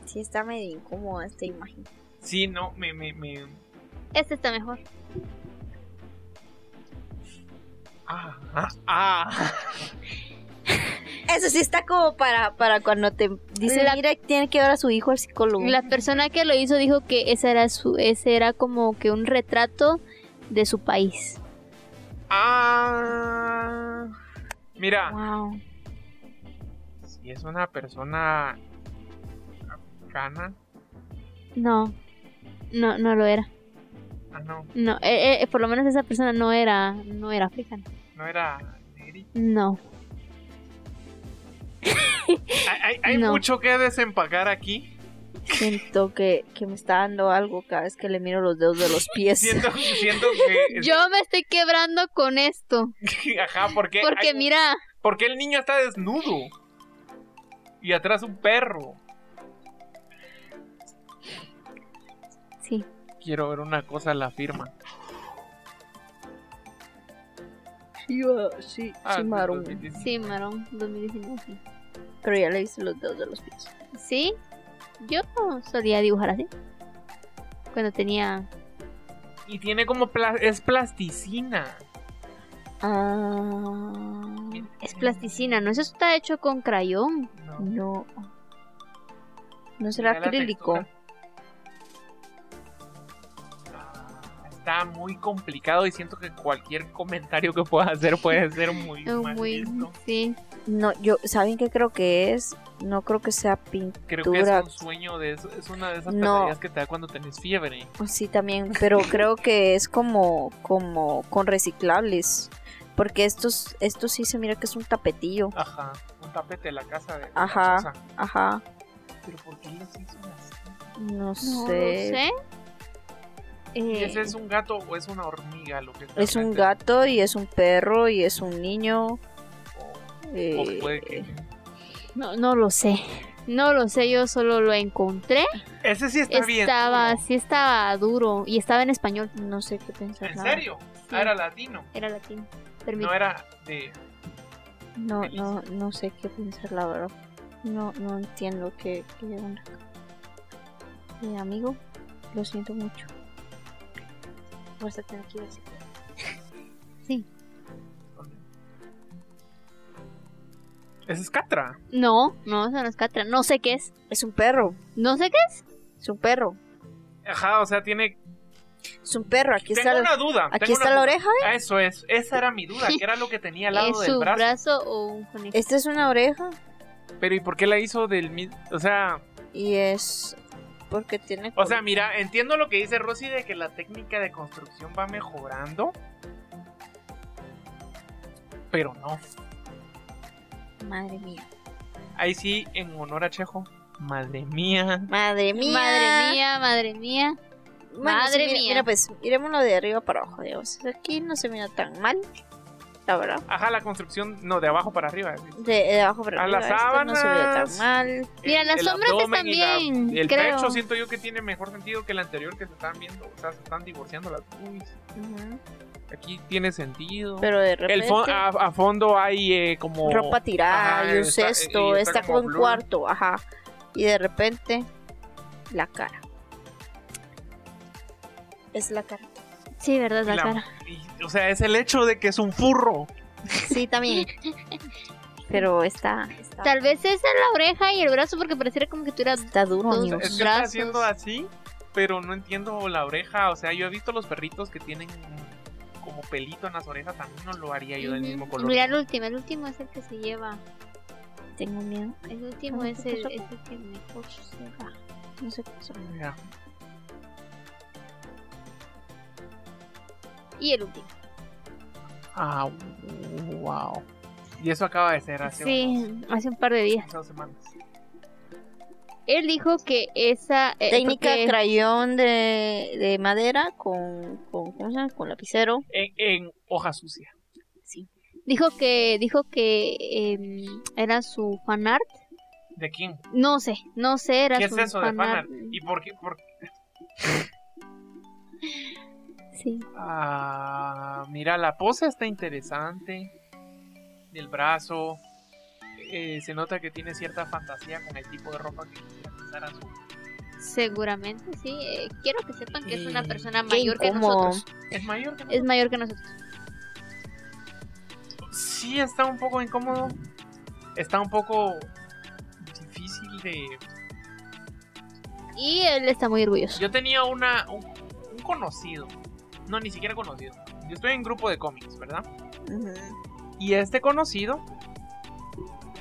Speaker 3: Sí, está medio incómoda esta imagen.
Speaker 1: Sí, no, me, me, me...
Speaker 2: Este está mejor.
Speaker 1: Ah, ah, ah.
Speaker 3: Eso sí está como para, para cuando te dicen,
Speaker 2: La-
Speaker 3: mira, tiene que ver a su hijo al
Speaker 1: Mm.
Speaker 3: psicólogo.
Speaker 2: La persona que lo hizo dijo que ese era su, ese era como que un retrato de su país.
Speaker 1: ah. Mira,
Speaker 2: Wow.
Speaker 1: si es una persona africana...
Speaker 2: No. No, no lo era.
Speaker 1: Ah, no,
Speaker 2: No, eh, eh, por lo menos esa persona no era, no era africana.
Speaker 1: no era... negrita.
Speaker 2: No.
Speaker 1: Hay, hay- hay
Speaker 2: No.
Speaker 1: mucho que desempacar aquí.
Speaker 3: Siento que, que me está dando algo cada vez que le miro los dedos de los pies.
Speaker 1: Siento, siento que...
Speaker 2: Yo me estoy quebrando con esto.
Speaker 1: Ajá, porque...
Speaker 2: Porque
Speaker 1: hay-
Speaker 2: mira,
Speaker 1: Porque el niño está desnudo. Y atrás un perro.
Speaker 2: sí.
Speaker 1: Quiero ver una cosa la firma.
Speaker 3: Sí, va, sí,
Speaker 1: Ah,
Speaker 3: sí,
Speaker 1: del
Speaker 3: Maru.
Speaker 1: 2019.
Speaker 2: Sí, Marón, 2019. sí.
Speaker 3: Pero ya le hice los dedos de los pies.
Speaker 2: Sí, yo solía dibujar así. Cuando tenía...
Speaker 1: Y tiene como... pla- es plasticina.
Speaker 3: Ah,
Speaker 2: Es plasticina, ¿no? Eso está hecho con crayón.
Speaker 1: No.
Speaker 3: no. ¿No será
Speaker 1: Mira la
Speaker 3: acrílico?
Speaker 1: textura. Ah, Está muy complicado y siento que cualquier comentario que pueda hacer puede ser muy
Speaker 2: Eh,
Speaker 1: mal
Speaker 2: Muy...
Speaker 1: visto.
Speaker 2: Sí.
Speaker 3: No, yo, ¿saben qué creo que es? No creo que sea pintura.
Speaker 1: Creo que es un sueño de eso- es una de esas
Speaker 3: No.
Speaker 1: pesadillas que te da cuando tenés fiebre.
Speaker 3: oh, Sí, también, pero creo que es como, como con reciclables. Porque estos, esto sí se mira que es un tapetillo.
Speaker 1: Ajá, un tapete de la casa de
Speaker 3: Ajá.
Speaker 1: o sea,
Speaker 3: Ajá,
Speaker 1: Pero ¿por qué los hizo así?
Speaker 3: no,
Speaker 2: No lo
Speaker 3: sé.
Speaker 2: sé. Eh,
Speaker 1: ¿Ese es un gato o es una hormiga lo que está
Speaker 3: Es un
Speaker 1: enfrente?
Speaker 3: gato y es un perro y es un niño.
Speaker 1: O,
Speaker 3: eh,
Speaker 1: o puede que-
Speaker 2: no, no lo sé. No lo sé, yo solo lo encontré.
Speaker 1: Ese sí está bien.
Speaker 2: estaba,
Speaker 1: duro.
Speaker 2: sí estaba duro. Y estaba en español.
Speaker 3: No sé qué pensar.
Speaker 1: ¿En
Speaker 3: la
Speaker 1: serio?
Speaker 2: Sí.
Speaker 1: Ah, era latino.
Speaker 2: Era latín.
Speaker 1: No
Speaker 2: Permítame.
Speaker 1: era de.
Speaker 3: verdad. No, no, no sé qué pensar, la verdad. No, no entiendo qué, qué onda. Eh, amigo, lo siento mucho. Pues, Vas a tener que ir así.
Speaker 1: Ese es Catra.
Speaker 2: No, no, eso no es catra. No sé qué es.
Speaker 3: Es un perro,
Speaker 2: No sé qué es.
Speaker 3: es un perro.
Speaker 1: Ajá, o sea, tiene.
Speaker 3: Es un perro, aquí
Speaker 1: Tengo
Speaker 3: está, la-
Speaker 1: una duda.
Speaker 3: aquí
Speaker 1: tengo
Speaker 3: está
Speaker 1: una
Speaker 3: la
Speaker 1: duda.
Speaker 3: oreja.
Speaker 1: Ah, eso es. Esa era mi duda, que era lo que tenía al lado
Speaker 2: ¿Es
Speaker 1: del
Speaker 2: su
Speaker 1: brazo.
Speaker 2: brazo o un conejo?
Speaker 3: Esta es una oreja
Speaker 1: Pero ¿y por qué la hizo del mismo? O sea,
Speaker 3: y es porque tiene...
Speaker 1: o sea, mira, entiendo lo que dice Rosy de que la técnica de construcción va mejorando. Pero no.
Speaker 3: Madre mía.
Speaker 1: Ahí sí, en honor a Chejo. Madre mía.
Speaker 3: Madre mía.
Speaker 2: Madre mía, madre mía.
Speaker 3: Bueno, sí,
Speaker 2: Madre
Speaker 3: mira, pues,
Speaker 2: mía.
Speaker 3: Mira, pues, miremoslo de arriba para abajo, digamos. Aquí no se mira tan mal. la verdad.
Speaker 1: Ajá, la construcción, no, de abajo para arriba. así.
Speaker 3: De, de abajo para
Speaker 1: A
Speaker 3: arriba.
Speaker 1: las
Speaker 3: esto no se veía
Speaker 1: sábanas.
Speaker 3: tan mal.
Speaker 2: Mira, las sombras
Speaker 1: abdomen
Speaker 2: están
Speaker 1: y la-
Speaker 2: bien,
Speaker 1: el
Speaker 2: creo.
Speaker 1: pecho siento yo que tiene mejor sentido que el anterior que se están viendo. O sea, se están divorciando las boobies.
Speaker 3: Ujú.
Speaker 1: Aquí tiene sentido.
Speaker 3: Pero de
Speaker 1: el
Speaker 3: repente.
Speaker 1: fo- a, a fondo hay eh, como...
Speaker 3: ropa tirada
Speaker 1: Ajá,
Speaker 3: y un
Speaker 1: está-
Speaker 3: cesto,
Speaker 1: y
Speaker 3: ah, está,
Speaker 1: está
Speaker 3: como
Speaker 1: como
Speaker 3: un
Speaker 1: blur.
Speaker 3: cuarto, ajá. Y de repente, la cara. Es la cara.
Speaker 2: Sí, verdad,
Speaker 1: y
Speaker 2: la,
Speaker 1: la-
Speaker 2: cara.
Speaker 1: y- o sea, es el hecho de que es un furro.
Speaker 3: Sí, también. Pero está. Está,
Speaker 2: Tal vez esa es la oreja y el brazo porque pareciera como que tuviera
Speaker 3: está duro,
Speaker 1: Es que
Speaker 2: Todo-
Speaker 3: amigos.
Speaker 2: Los
Speaker 1: está
Speaker 2: brazos.
Speaker 1: haciendo así, pero no entiendo la oreja. O sea, yo he visto los perritos que tienen como pelito en las orejas. También no lo haría yo del
Speaker 2: Ujú.
Speaker 1: mismo color.
Speaker 2: Mm, Mira el último, el último es el que se lleva.
Speaker 3: Tengo miedo.
Speaker 2: El último
Speaker 3: Ah,
Speaker 2: es
Speaker 3: ¿qué
Speaker 2: el,
Speaker 3: pasó?
Speaker 2: es el que mejor se va.
Speaker 3: No sé qué pasó.
Speaker 1: Mira,
Speaker 2: Y el último.
Speaker 1: Ah, wow. Y eso acaba de ser hace
Speaker 2: Sí, hace un par de días.
Speaker 1: unas dos semanas.
Speaker 2: Él dijo que esa eh,
Speaker 3: Técnica
Speaker 2: porque-
Speaker 3: crayón de, de madera con, con, ¿cómo se llama? con lapicero.
Speaker 1: En, en hoja sucia.
Speaker 2: dijo que dijo que eh, era su fanart.
Speaker 1: ¿De quién?
Speaker 2: No sé, no sé, era
Speaker 1: ¿Qué es
Speaker 2: su
Speaker 1: eso de fanart?
Speaker 2: fanart.
Speaker 1: ¿Y por qué? Por...
Speaker 2: Sí.
Speaker 1: Ah, mira, la pose está interesante. El brazo. Eh, se nota que tiene cierta fantasía con el tipo de ropa que quisiera usar a su
Speaker 2: Seguramente sí. Eh, quiero que sepan que es una
Speaker 1: Y-
Speaker 2: persona
Speaker 3: Mm, Qué
Speaker 2: mayor que
Speaker 3: incómodo.
Speaker 2: nosotros.
Speaker 1: Es mayor que
Speaker 2: Es mayor que nosotros.
Speaker 1: Sí, está un poco incómodo. Está un poco difícil de.
Speaker 2: Y él está muy orgulloso.
Speaker 1: Yo tenía una. un, un conocido. No, ni siquiera conocido. Yo estoy en grupo de cómics, ¿verdad?
Speaker 3: Ujú.
Speaker 1: Y este conocido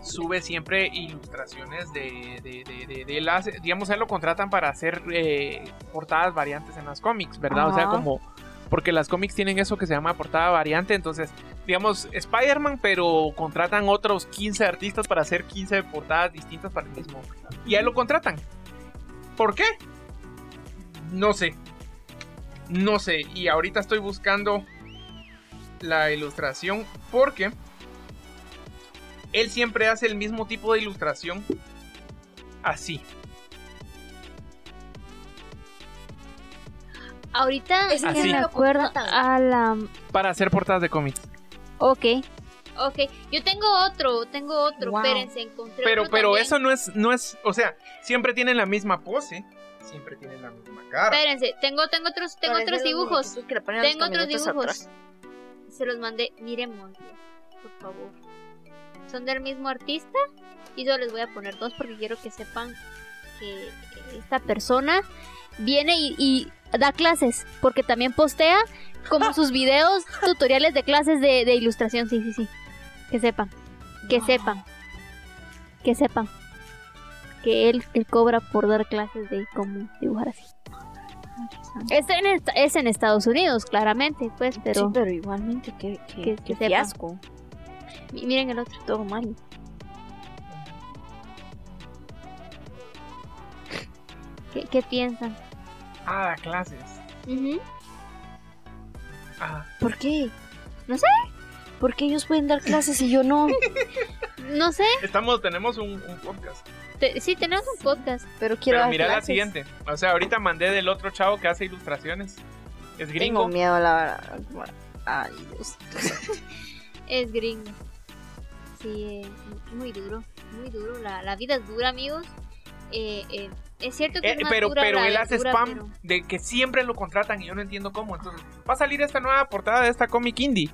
Speaker 1: sube siempre ilustraciones de, de, de- de- de las... Digamos, a él lo contratan para hacer eh, portadas variantes en las cómics, ¿verdad? O sea,
Speaker 3: Ajá.
Speaker 1: como... Porque las cómics tienen eso que se llama portada variante, entonces, digamos, Spider-Man, pero contratan otros 15 artistas para hacer 15 portadas distintas para el mismo. Y a él lo contratan. ¿Por qué? No sé. No sé. Y ahorita estoy buscando la ilustración porque él siempre hace el mismo tipo de ilustración así.
Speaker 2: Ahorita
Speaker 3: Es
Speaker 2: es
Speaker 1: que
Speaker 2: que me
Speaker 1: lo
Speaker 2: acuerdo
Speaker 3: contratan.
Speaker 2: a la
Speaker 1: Para hacer portadas de cómics.
Speaker 2: Ok. Ok, yo tengo otro, tengo otro,
Speaker 3: Wow.
Speaker 2: espérense, encontré
Speaker 1: Pero,
Speaker 2: otro
Speaker 1: pero
Speaker 2: también.
Speaker 1: eso no es, no es, o sea, siempre tienen la misma pose, siempre tienen la misma cara.
Speaker 2: Espérense, tengo, tengo otros, tengo
Speaker 3: Parece
Speaker 2: otros
Speaker 3: los
Speaker 2: dibujos.
Speaker 3: muñequitos que le ponen a los
Speaker 2: Tengo otros
Speaker 3: camionetas
Speaker 2: dibujos.
Speaker 3: atrás.
Speaker 2: Se los mandé, miremos, por favor. Son del mismo artista y yo les voy a poner dos porque quiero que sepan que esta persona viene y, y da clases, porque también postea como sus videos, tutoriales de clases de, de ilustración, sí, sí, sí. Que sepan, que sepan, que sepan que él, él cobra por dar clases de cómo dibujar así. Es en, est- es en Estados Unidos, claramente, pues,
Speaker 3: Sí,
Speaker 2: pero
Speaker 3: pero igualmente, qué, qué,
Speaker 2: Que-
Speaker 3: qué,
Speaker 2: que sepa.
Speaker 3: fiasco.
Speaker 2: mi- miren el otro.
Speaker 3: Todo mal.
Speaker 2: ¿Qué, qué piensan?
Speaker 1: Ah, da clases.
Speaker 2: Ujú.
Speaker 1: Ajá.
Speaker 3: ¿Por qué?
Speaker 2: No sé.
Speaker 3: ¿Por qué ellos pueden dar clases y yo no?
Speaker 2: No
Speaker 3: ¿Eh?
Speaker 2: sé,
Speaker 1: Estamos, tenemos un, un podcast.
Speaker 2: te- sí, tenemos un podcast.
Speaker 3: Pero quiero
Speaker 1: Pero
Speaker 3: dar
Speaker 1: mira la
Speaker 3: clases.
Speaker 1: siguiente. O sea, ahorita mandé del otro chavo que hace ilustraciones. Es
Speaker 3: Tengo
Speaker 1: gringo.
Speaker 3: miedo, la verdad. Ay, Dios.
Speaker 2: Es gringo. Sí, eh, muy duro, muy duro. La, la vida es dura, amigos. Eh, eh, es cierto que
Speaker 1: Eh,
Speaker 2: es más
Speaker 1: pero
Speaker 2: dura
Speaker 1: pero
Speaker 2: la
Speaker 1: él hace
Speaker 2: verdura,
Speaker 1: spam
Speaker 2: pero-
Speaker 1: de que siempre lo contratan y yo no entiendo cómo. Entonces, va a salir esta nueva portada de esta comic indie.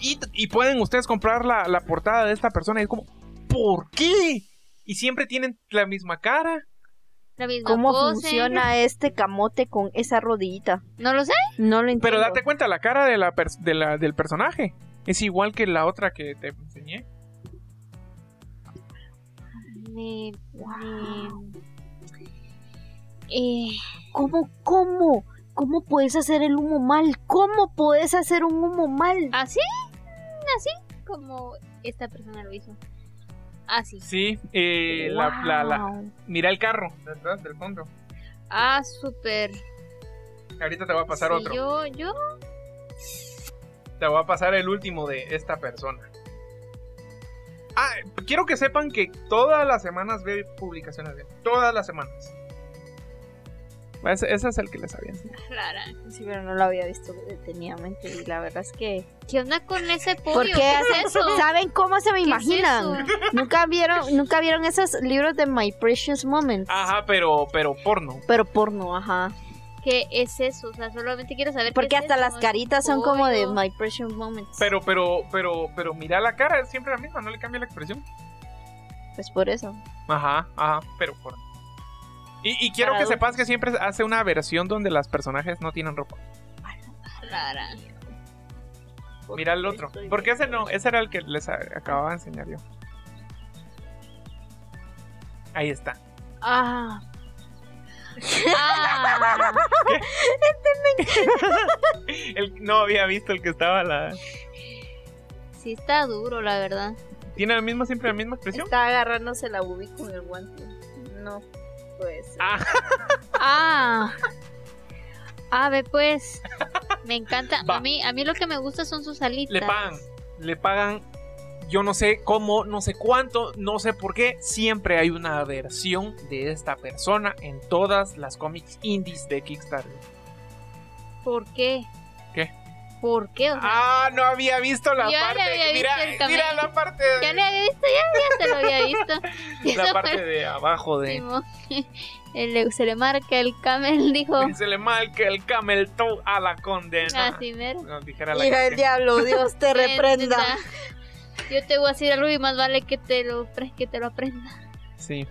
Speaker 1: Y, y pueden ustedes comprar la, la portada de esta persona. Y es como, ¿por qué? Y siempre tienen la misma cara.
Speaker 2: la misma
Speaker 3: ¿Cómo
Speaker 2: pose.
Speaker 3: funciona este camote con esa rodillita?
Speaker 2: No lo sé.
Speaker 3: No lo entiendo.
Speaker 1: Pero date cuenta, la cara de la pers- de la- del personaje es igual que la otra que te enseñé.
Speaker 2: Me-
Speaker 3: Wow.
Speaker 2: eh,
Speaker 3: ¿Cómo, cómo? ¿Cómo puedes hacer el humo mal? ¿Cómo puedes hacer un humo mal?
Speaker 2: así, así como esta persona lo hizo. Así.
Speaker 1: Sí, eh, la, la- la-
Speaker 3: Wow.
Speaker 1: mira el carro detrás del fondo.
Speaker 2: Ah, súper.
Speaker 1: Ahorita te va a pasar
Speaker 2: Sí,
Speaker 1: otro.
Speaker 2: Yo, yo.
Speaker 1: Te voy a pasar el último de esta persona. Ah, quiero que sepan que todas las semanas veo publicaciones de él. Todas las semanas. Ese, ese es el que les había enseñado.
Speaker 2: Clara.
Speaker 3: Sí, pero no lo había visto detenidamente y la verdad es que...
Speaker 2: ¿Qué onda con ese pollo?
Speaker 3: Porque
Speaker 2: es eso?
Speaker 3: ¿Saben cómo se me
Speaker 2: ¿Qué es
Speaker 3: imaginan?
Speaker 2: eso?
Speaker 3: Nunca vieron, nunca vieron esos libros de My Precious Moments.
Speaker 1: Ajá, pero, pero porno.
Speaker 3: Pero porno, ajá.
Speaker 2: ¿Qué es eso? O sea, solamente quiero saber.
Speaker 3: Porque
Speaker 2: qué es
Speaker 3: hasta
Speaker 2: eso,
Speaker 3: las
Speaker 2: es
Speaker 3: caritas son como de
Speaker 2: pollo.
Speaker 3: My Precious Moments.
Speaker 1: Pero, pero, pero, pero mira la cara, es siempre la misma, no le cambia la expresión.
Speaker 3: Pues por eso.
Speaker 1: Ajá, ajá, pero porno. Y, y quiero
Speaker 3: Para
Speaker 1: que
Speaker 3: adultos.
Speaker 1: sepas que siempre hace una versión donde las personajes no tienen ropa.
Speaker 2: Clara.
Speaker 1: Mira el otro. Porque ese no, ese era el que les a- acababa de enseñar yo. Ahí está.
Speaker 3: Ah,
Speaker 2: Ah,
Speaker 1: El, no había visto el que estaba la.
Speaker 2: sí está duro, la verdad.
Speaker 1: ¿Tiene la misma, siempre la misma expresión?
Speaker 3: está agarrándose la bubi con el guante. No, pues.
Speaker 1: Ah,
Speaker 2: Ah. A ver, pues. Me encanta.
Speaker 1: Va.
Speaker 2: A mí, a mí lo que me gusta son sus alitas.
Speaker 1: le pagan. Le pagan. Yo no sé cómo, no sé cuánto, no sé por qué. Siempre hay una versión de esta persona en todas las cómics indies de Kickstarter.
Speaker 2: ¿Por qué?
Speaker 1: ¿Qué?
Speaker 2: ¿Por qué? O sea,
Speaker 1: Ah, no había visto la
Speaker 2: Yo ya
Speaker 1: parte.
Speaker 2: había visto
Speaker 1: mira,
Speaker 2: el
Speaker 1: mira
Speaker 2: camello.
Speaker 1: la parte
Speaker 2: ya
Speaker 1: de,
Speaker 2: lo había visto, ya, ya se lo había visto. Y
Speaker 1: la
Speaker 2: eso
Speaker 1: parte
Speaker 2: fue
Speaker 1: de abajo de.
Speaker 2: lo último. El- se le marca el camel, dijo.
Speaker 1: Se le mal que el camel toe a la condena.
Speaker 2: Así mero.
Speaker 1: Nos dijera la
Speaker 3: Mira el
Speaker 1: canción.
Speaker 3: diablo, Dios te reprenda.
Speaker 2: Yo te voy a decir algo y más vale que te lo, pre- que te lo aprenda.
Speaker 1: Sí.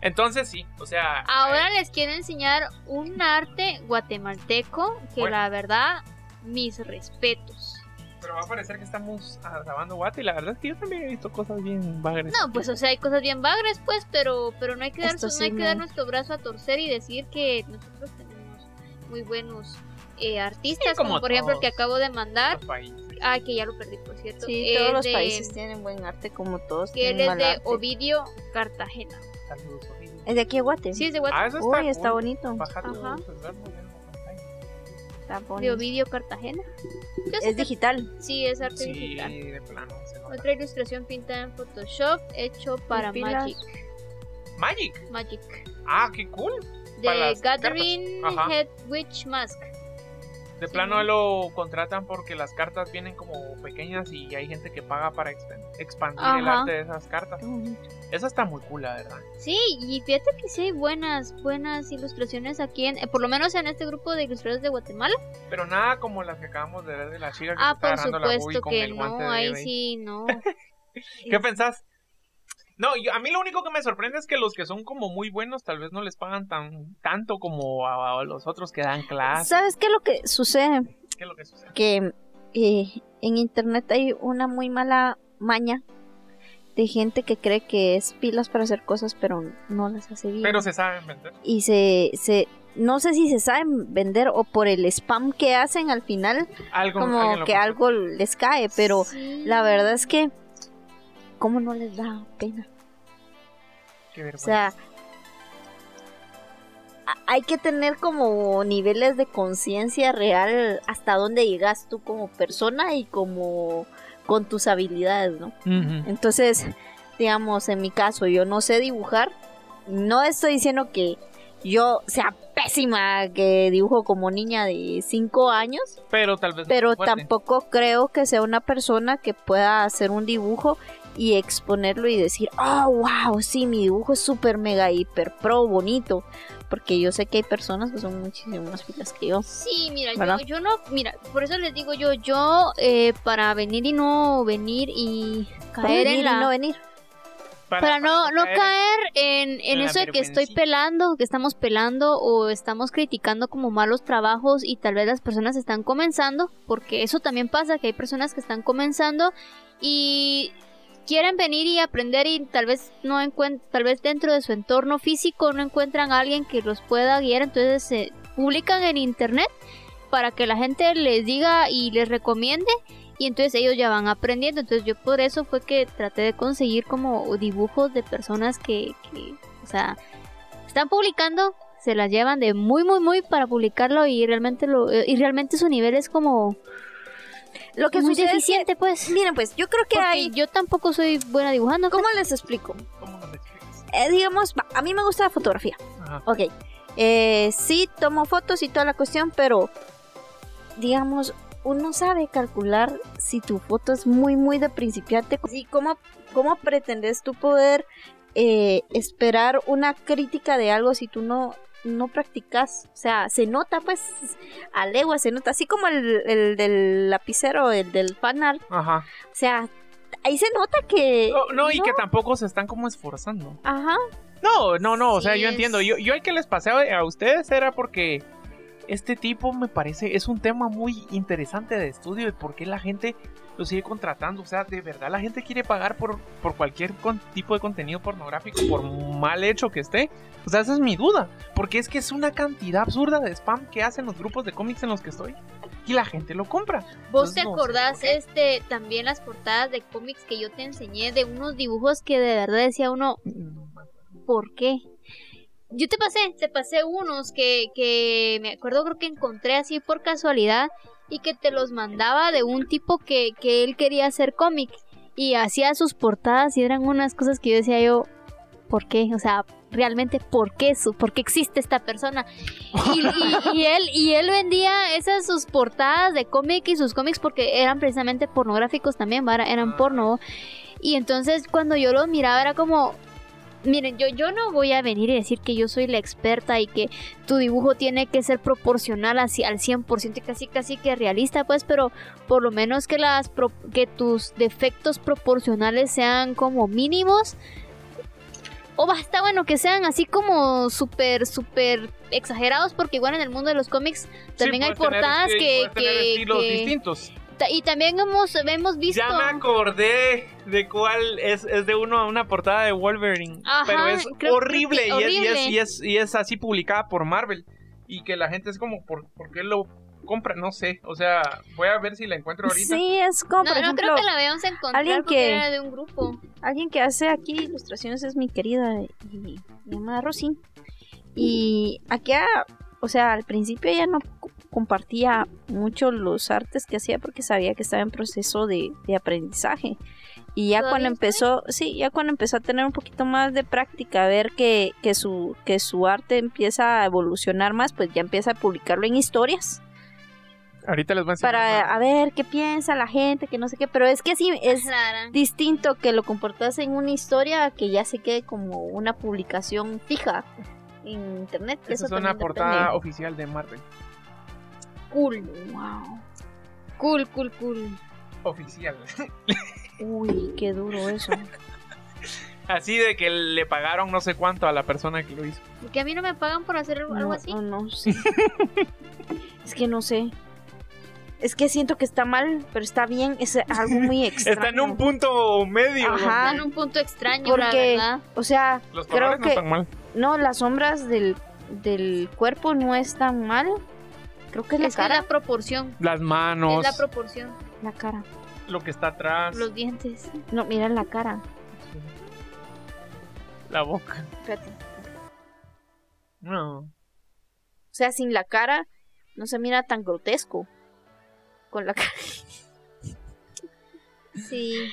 Speaker 1: Entonces sí, o sea.
Speaker 2: Ahora
Speaker 1: eh,
Speaker 2: les quiero enseñar un arte guatemalteco que
Speaker 1: Bueno.
Speaker 2: la verdad, mis respetos.
Speaker 1: Pero va a parecer que estamos grabando guate y la verdad es que yo también he visto cosas bien vagres.
Speaker 2: No, pues o sea, hay cosas bien bagres, pues, pero, pero no hay que, dar,
Speaker 3: Esto
Speaker 2: no
Speaker 3: sí
Speaker 2: hay que
Speaker 3: no.
Speaker 2: dar nuestro brazo a torcer y decir que nosotros tenemos muy buenos eh, artistas,
Speaker 1: Sí, como
Speaker 2: como, por ejemplo el que
Speaker 1: todos.
Speaker 2: acabo de mandar.
Speaker 1: Otros países.
Speaker 2: Ah, que ya lo perdí, por cierto.
Speaker 3: Sí,
Speaker 2: Es
Speaker 3: todos los
Speaker 2: de-
Speaker 3: países tienen buen arte, como todos.
Speaker 2: Que él
Speaker 3: tienen
Speaker 2: es
Speaker 3: mal
Speaker 2: de
Speaker 3: arte.
Speaker 2: Ovidio, Cartagena.
Speaker 1: Saludos, Ovidio.
Speaker 3: Es de aquí de Guate.
Speaker 2: Sí, es de Guatemala.
Speaker 1: Ah, eso está,
Speaker 3: Uy, está
Speaker 1: cool.
Speaker 3: bonito.
Speaker 1: Bajar los-
Speaker 2: Ajá.
Speaker 1: los verbos de la pantalla.
Speaker 3: Está
Speaker 2: de
Speaker 3: bonito.
Speaker 2: Ovidio, Cartagena. Yo sé
Speaker 3: Es
Speaker 2: que-
Speaker 3: digital.
Speaker 2: Sí, es arte
Speaker 1: Sí,
Speaker 2: digital.
Speaker 1: de plano. se nota.
Speaker 2: Otra ilustración pintada en Photoshop, hecho para
Speaker 3: pilas.
Speaker 2: Magic.
Speaker 1: Magic.
Speaker 2: Magic.
Speaker 1: Ah, qué cool. Para
Speaker 2: De
Speaker 1: las
Speaker 2: Gathering
Speaker 1: cartas. Ajá.
Speaker 2: Head Witch Mask.
Speaker 1: De
Speaker 2: Sí.
Speaker 1: plano lo contratan porque las cartas vienen como pequeñas y hay gente que paga para expan- expandir el
Speaker 2: Ajá.
Speaker 1: arte de esas cartas.
Speaker 3: Qué bonito.
Speaker 1: Eso está muy cool, la verdad.
Speaker 2: Sí, y fíjate que sí hay buenas, buenas ilustraciones aquí, en, eh, por lo menos en este grupo de ilustradores de Guatemala.
Speaker 1: Pero nada como las que acabamos de ver de la chica que
Speaker 2: Ah,
Speaker 1: se está
Speaker 2: por
Speaker 1: agarrando la boobie
Speaker 2: supuesto
Speaker 1: con
Speaker 2: que
Speaker 1: el guante
Speaker 2: no,
Speaker 1: de
Speaker 2: ahí
Speaker 1: béisbol.
Speaker 2: sí, no.
Speaker 1: ¿Qué pensás? No, yo- a mí lo único que me sorprende es que los que son como muy buenos tal vez no les pagan tan tanto como a, a los otros que dan clases.
Speaker 3: ¿Sabes qué es lo que sucede?
Speaker 1: ¿Qué es lo que sucede?
Speaker 3: que eh, en internet hay una muy mala maña de gente que cree que es pilas para hacer cosas pero no las hace bien
Speaker 1: Pero se saben vender.
Speaker 3: y se, se no sé si se saben vender o por el spam que hacen al final
Speaker 1: Algo, alguien
Speaker 3: como
Speaker 1: lo
Speaker 3: que
Speaker 1: puso.
Speaker 3: algo les cae pero
Speaker 2: Sí.
Speaker 3: la verdad es que cómo no les da pena
Speaker 1: Qué
Speaker 3: o
Speaker 1: vergüenza.
Speaker 3: sea a- hay que tener como niveles de conciencia real hasta dónde llegas tú como persona y como con tus habilidades, ¿no?
Speaker 1: Ujú.
Speaker 3: Entonces, digamos, en mi caso, yo no sé dibujar. No estoy diciendo que yo sea pésima que dibujo como niña de 5 años,
Speaker 1: Pero tal vez. no
Speaker 3: pero
Speaker 1: se fuerte.
Speaker 3: tampoco creo que sea una persona que pueda hacer un dibujo y exponerlo y decir, oh, wow, sí, mi dibujo es súper mega hiper pro, bonito. Porque yo sé que hay personas que son muchísimo más filas que yo.
Speaker 2: Sí, mira, yo,
Speaker 3: ¿Verdad?
Speaker 2: yo no, mira, por eso les digo yo, yo eh, para venir y no venir y caer
Speaker 3: Venir
Speaker 2: en
Speaker 3: y
Speaker 2: la...
Speaker 3: no venir.
Speaker 2: Para no, no
Speaker 1: en-
Speaker 2: caer en, en
Speaker 1: la
Speaker 2: eso de que estoy
Speaker 1: vergüenza.
Speaker 2: pelando, que estamos pelando o estamos criticando como malos trabajos y tal vez las personas están comenzando, porque eso también pasa, que hay personas que están comenzando y quieren venir y aprender y tal vez no encuent- tal vez dentro de su entorno físico no encuentran a alguien que los pueda guiar, entonces se publican en internet para que la gente les diga y les recomiende y entonces ellos ya van aprendiendo. Entonces yo por eso fue que traté de conseguir como dibujos de personas que, que, o sea, están publicando, se las llevan de muy, muy, muy para publicarlo y realmente lo, eh, y realmente su nivel es como
Speaker 3: Lo que
Speaker 2: muy
Speaker 3: sucede es que-
Speaker 2: deficiente, pues.
Speaker 3: miren, pues yo creo que
Speaker 2: Porque
Speaker 3: hay...
Speaker 2: yo tampoco soy buena dibujando.
Speaker 3: ¿Cómo les explico?
Speaker 1: ¿Cómo nos explicas?
Speaker 3: Eh, digamos, va, a mí me gusta la fotografía.
Speaker 1: Ajá.
Speaker 3: Ok. Eh, sí, tomo fotos y toda la cuestión, pero digamos, uno sabe calcular si tu foto es muy, muy de principiante. ¿Y cómo, cómo pretendes tú poder eh, esperar una crítica de algo si tú no, no practicas? O sea, se nota, pues, a legua se nota. Así como el, el del lapicero, el del panal.
Speaker 1: Ajá.
Speaker 3: O sea, ahí se nota que.
Speaker 1: No, no, y que tampoco se están como esforzando.
Speaker 3: Ajá.
Speaker 1: No, no, no, o sea,
Speaker 2: Sí
Speaker 1: yo
Speaker 2: es.
Speaker 1: entiendo. Yo, yo el que les pasé a a ustedes era porque este tipo me parece, es un tema muy interesante de estudio y por qué la gente lo sigue contratando. O sea, de verdad la gente quiere pagar por, por cualquier con- tipo de contenido pornográfico, por mal hecho que esté. O sea, esa es mi duda. Porque es que es una cantidad absurda de spam que hacen los grupos de cómics en los que estoy. Y la gente lo compra.
Speaker 2: Vos te
Speaker 1: No, no,
Speaker 2: acordás
Speaker 1: no.
Speaker 2: este también las portadas de cómics que yo te enseñé de unos dibujos que de verdad decía uno, ¿por qué? Yo te pasé, te pasé unos que, que me acuerdo creo que encontré así por casualidad y que te los mandaba de un tipo que, que él quería hacer cómic y hacía sus portadas y eran unas cosas que yo decía yo, ¿por qué? O sea, realmente, ¿por qué eso? ¿Por qué existe esta persona? Y, y- y él, y él vendía esas sus portadas de cómic y sus cómics porque eran precisamente pornográficos también, ¿va? eran porno. Y entonces cuando yo los miraba era como, miren, yo, yo no voy a venir y decir que yo soy la experta y que tu dibujo tiene que ser proporcional así al 100% y casi casi que realista, pues, pero por lo menos que, las pro- que tus defectos proporcionales sean como mínimos. O basta, bueno, que sean así como súper, súper exagerados, porque igual en el mundo de los cómics también hay portadas que... que-
Speaker 1: este, estilos
Speaker 2: que-
Speaker 1: distintos.
Speaker 2: ta- y también hemos, hemos visto...
Speaker 1: Ya me acordé de cuál es, es de uno una portada de Wolverine.
Speaker 2: Ajá,
Speaker 1: pero es
Speaker 2: creo- creo
Speaker 1: horrible,
Speaker 2: que-
Speaker 1: y es- y, es,
Speaker 2: horrible.
Speaker 1: y, es, y es así publicada por Marvel. Y que la gente es como, ¿por, por qué lo compra? No sé. O sea, voy a ver si la encuentro ahorita.
Speaker 3: Sí, es como,
Speaker 2: no,
Speaker 3: por
Speaker 2: no
Speaker 3: ejemplo,
Speaker 2: creo que la veamos encontrar
Speaker 3: alguien
Speaker 2: porque
Speaker 3: que-
Speaker 2: era de un grupo.
Speaker 3: alguien que hace aquí ilustraciones es mi querida y mi amada Rosy. Y aquí, ah, o sea, al principio ella no co- compartía mucho los artes que hacía porque sabía que estaba en proceso de, de aprendizaje. Y ya
Speaker 2: ¿Todavía
Speaker 3: cuando
Speaker 2: está?
Speaker 3: empezó, sí, ya cuando empezó a tener un poquito más de práctica, a ver que, que, su, que su arte empieza a evolucionar más, pues ya empieza a publicarlo en historias
Speaker 1: Ahorita les voy a enseñar.
Speaker 3: para a ver qué piensa la gente, que no sé qué, pero es que sí, es,
Speaker 2: Clara.
Speaker 3: distinto que lo comportas en una historia a que ya se quede como una publicación fija en internet. Que
Speaker 1: Esa
Speaker 3: eso
Speaker 1: es una
Speaker 3: también
Speaker 1: portada
Speaker 3: depende.
Speaker 1: oficial de Marvel.
Speaker 2: Cool.
Speaker 3: Wow.
Speaker 2: Cool, cool, cool.
Speaker 1: Oficial.
Speaker 3: Uy, qué duro eso.
Speaker 1: Así de que le pagaron no sé cuánto a la persona que lo hizo.
Speaker 2: Porque a mí no me pagan por hacer algo
Speaker 3: no,
Speaker 2: así.
Speaker 3: No, no sé. es que no sé. Es que siento que está mal, pero está bien. Es algo muy extraño.
Speaker 1: Está en un punto medio.
Speaker 3: Ajá.
Speaker 2: Están en un punto extraño, la
Speaker 3: Porque-
Speaker 2: verdad.
Speaker 3: O sea,
Speaker 1: Los
Speaker 3: Creo
Speaker 1: colores no
Speaker 3: que-
Speaker 1: están mal.
Speaker 3: no, las sombras del, del cuerpo no están mal. Creo que es la
Speaker 2: Es que
Speaker 3: cara.
Speaker 2: la proporción.
Speaker 1: Las manos,
Speaker 2: Es la proporción.
Speaker 3: La cara.
Speaker 1: lo que está atrás,
Speaker 2: Los dientes.
Speaker 3: No, mira la cara.
Speaker 1: la boca.
Speaker 3: Espérate.
Speaker 1: No.
Speaker 3: O sea, sin la cara no se mira tan grotesco. Con la cara.
Speaker 2: Sí.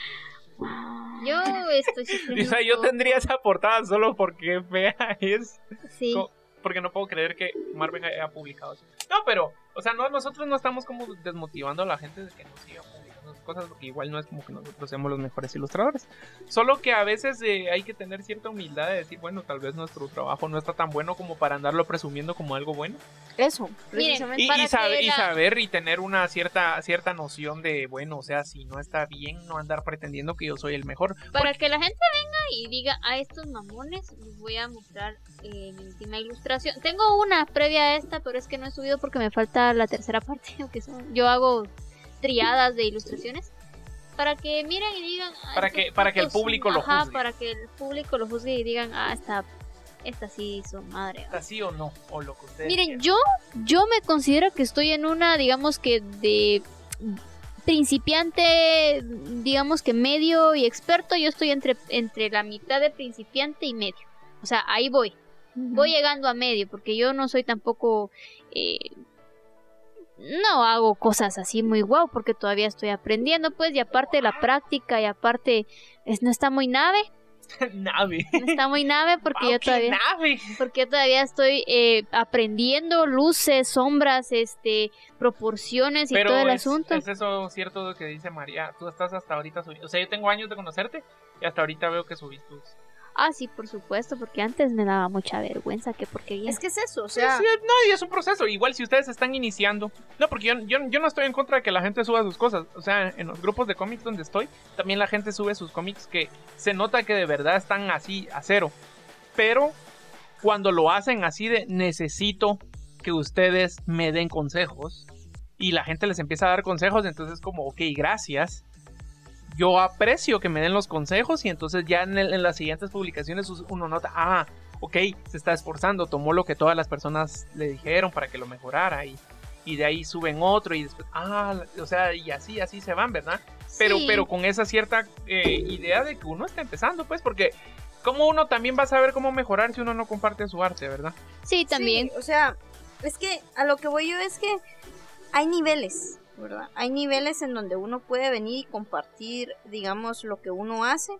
Speaker 2: Yo estoy sufriendo.
Speaker 1: O sea, yo
Speaker 2: un
Speaker 1: tendría esa portada solo porque fea es.
Speaker 2: poco. Sí.
Speaker 1: co- Porque no puedo creer que Marvel haya publicado eso. No, pero, o sea, no, nosotros no estamos como desmotivando a la gente de que nos siga publicando esas cosas, porque igual no es como que nosotros seamos los mejores ilustradores. Solo que a veces eh, hay que tener cierta humildad de decir, bueno, tal vez nuestro trabajo no está tan bueno como para andarlo presumiendo como algo bueno.
Speaker 3: Eso,
Speaker 1: Y,
Speaker 3: precisamente.
Speaker 1: y
Speaker 2: Pues Para que
Speaker 1: sabe- y
Speaker 2: la-
Speaker 1: saber y tener una cierta, cierta noción de, bueno, o sea, si no está bien, no andar pretendiendo que yo soy el mejor.
Speaker 2: Para que la gente venga y diga a estos mamones, les voy a mostrar eh, mi última ilustración. Tengo una previa a esta, pero es que no he subido porque me falta la tercera parte, aunque son, yo hago triadas de ilustraciones. Para que miren y digan. "Ah,
Speaker 1: Para
Speaker 2: estos
Speaker 1: que- para que el
Speaker 2: putos-
Speaker 1: público lo
Speaker 2: ajá,
Speaker 1: juzgue.
Speaker 2: para que el público lo juzgue y digan, ah, esta, esta sí son madre.
Speaker 1: ¿Está así o no? O lo que ustedes
Speaker 2: Miren,
Speaker 1: quieran.
Speaker 2: yo, yo me considero que estoy en una, digamos que de principiante, digamos que medio y experto. Yo estoy entre, entre la mitad de principiante y medio. O sea, ahí voy. Voy llegando a medio, porque yo no soy tampoco eh, no hago cosas así muy guau porque todavía estoy aprendiendo, pues, y aparte la práctica y aparte es, no está muy nave,
Speaker 1: Nave.
Speaker 2: no está muy nave porque
Speaker 1: Wow,
Speaker 2: yo
Speaker 1: qué
Speaker 2: todavía
Speaker 1: nave.
Speaker 2: porque yo todavía estoy eh, aprendiendo luces, sombras, este, proporciones y
Speaker 1: Pero
Speaker 2: todo el
Speaker 1: es,
Speaker 2: asunto.
Speaker 1: es eso cierto lo que dice María. Tú estás hasta ahorita subiendo. O sea, yo tengo años de conocerte y hasta ahorita veo que subís tus.
Speaker 2: Ah, sí, por supuesto, porque antes me daba mucha vergüenza que porque ya-
Speaker 3: Es que es eso, o
Speaker 1: Sí,
Speaker 3: sea,
Speaker 1: sí, no, y es un proceso. Igual si ustedes están iniciando. No, porque yo, yo, yo no estoy en contra de que la gente suba sus cosas. O sea, en los grupos de cómics donde estoy, también la gente sube sus cómics que se nota que de verdad están así, a cero. Pero cuando lo hacen así de necesito que ustedes me den consejos y la gente les empieza a dar consejos, entonces como, ok, gracias. Yo aprecio que me den los consejos y entonces ya en, el- en las siguientes publicaciones us- uno nota, ah, ok, se está esforzando, tomó lo que todas las personas le dijeron para que lo mejorara y, y de ahí suben otro y después, ah, o sea, y así, así se van, ¿verdad? Pero,
Speaker 2: Sí.
Speaker 1: pero con esa cierta eh, idea de que uno está empezando, pues, porque como uno también va a saber cómo mejorar si uno no comparte su arte, ¿verdad?
Speaker 2: sí, también.
Speaker 3: Sí, o sea, es que a lo que voy yo es que hay niveles, ¿verdad? Hay niveles en donde uno puede venir y compartir, digamos, lo que uno hace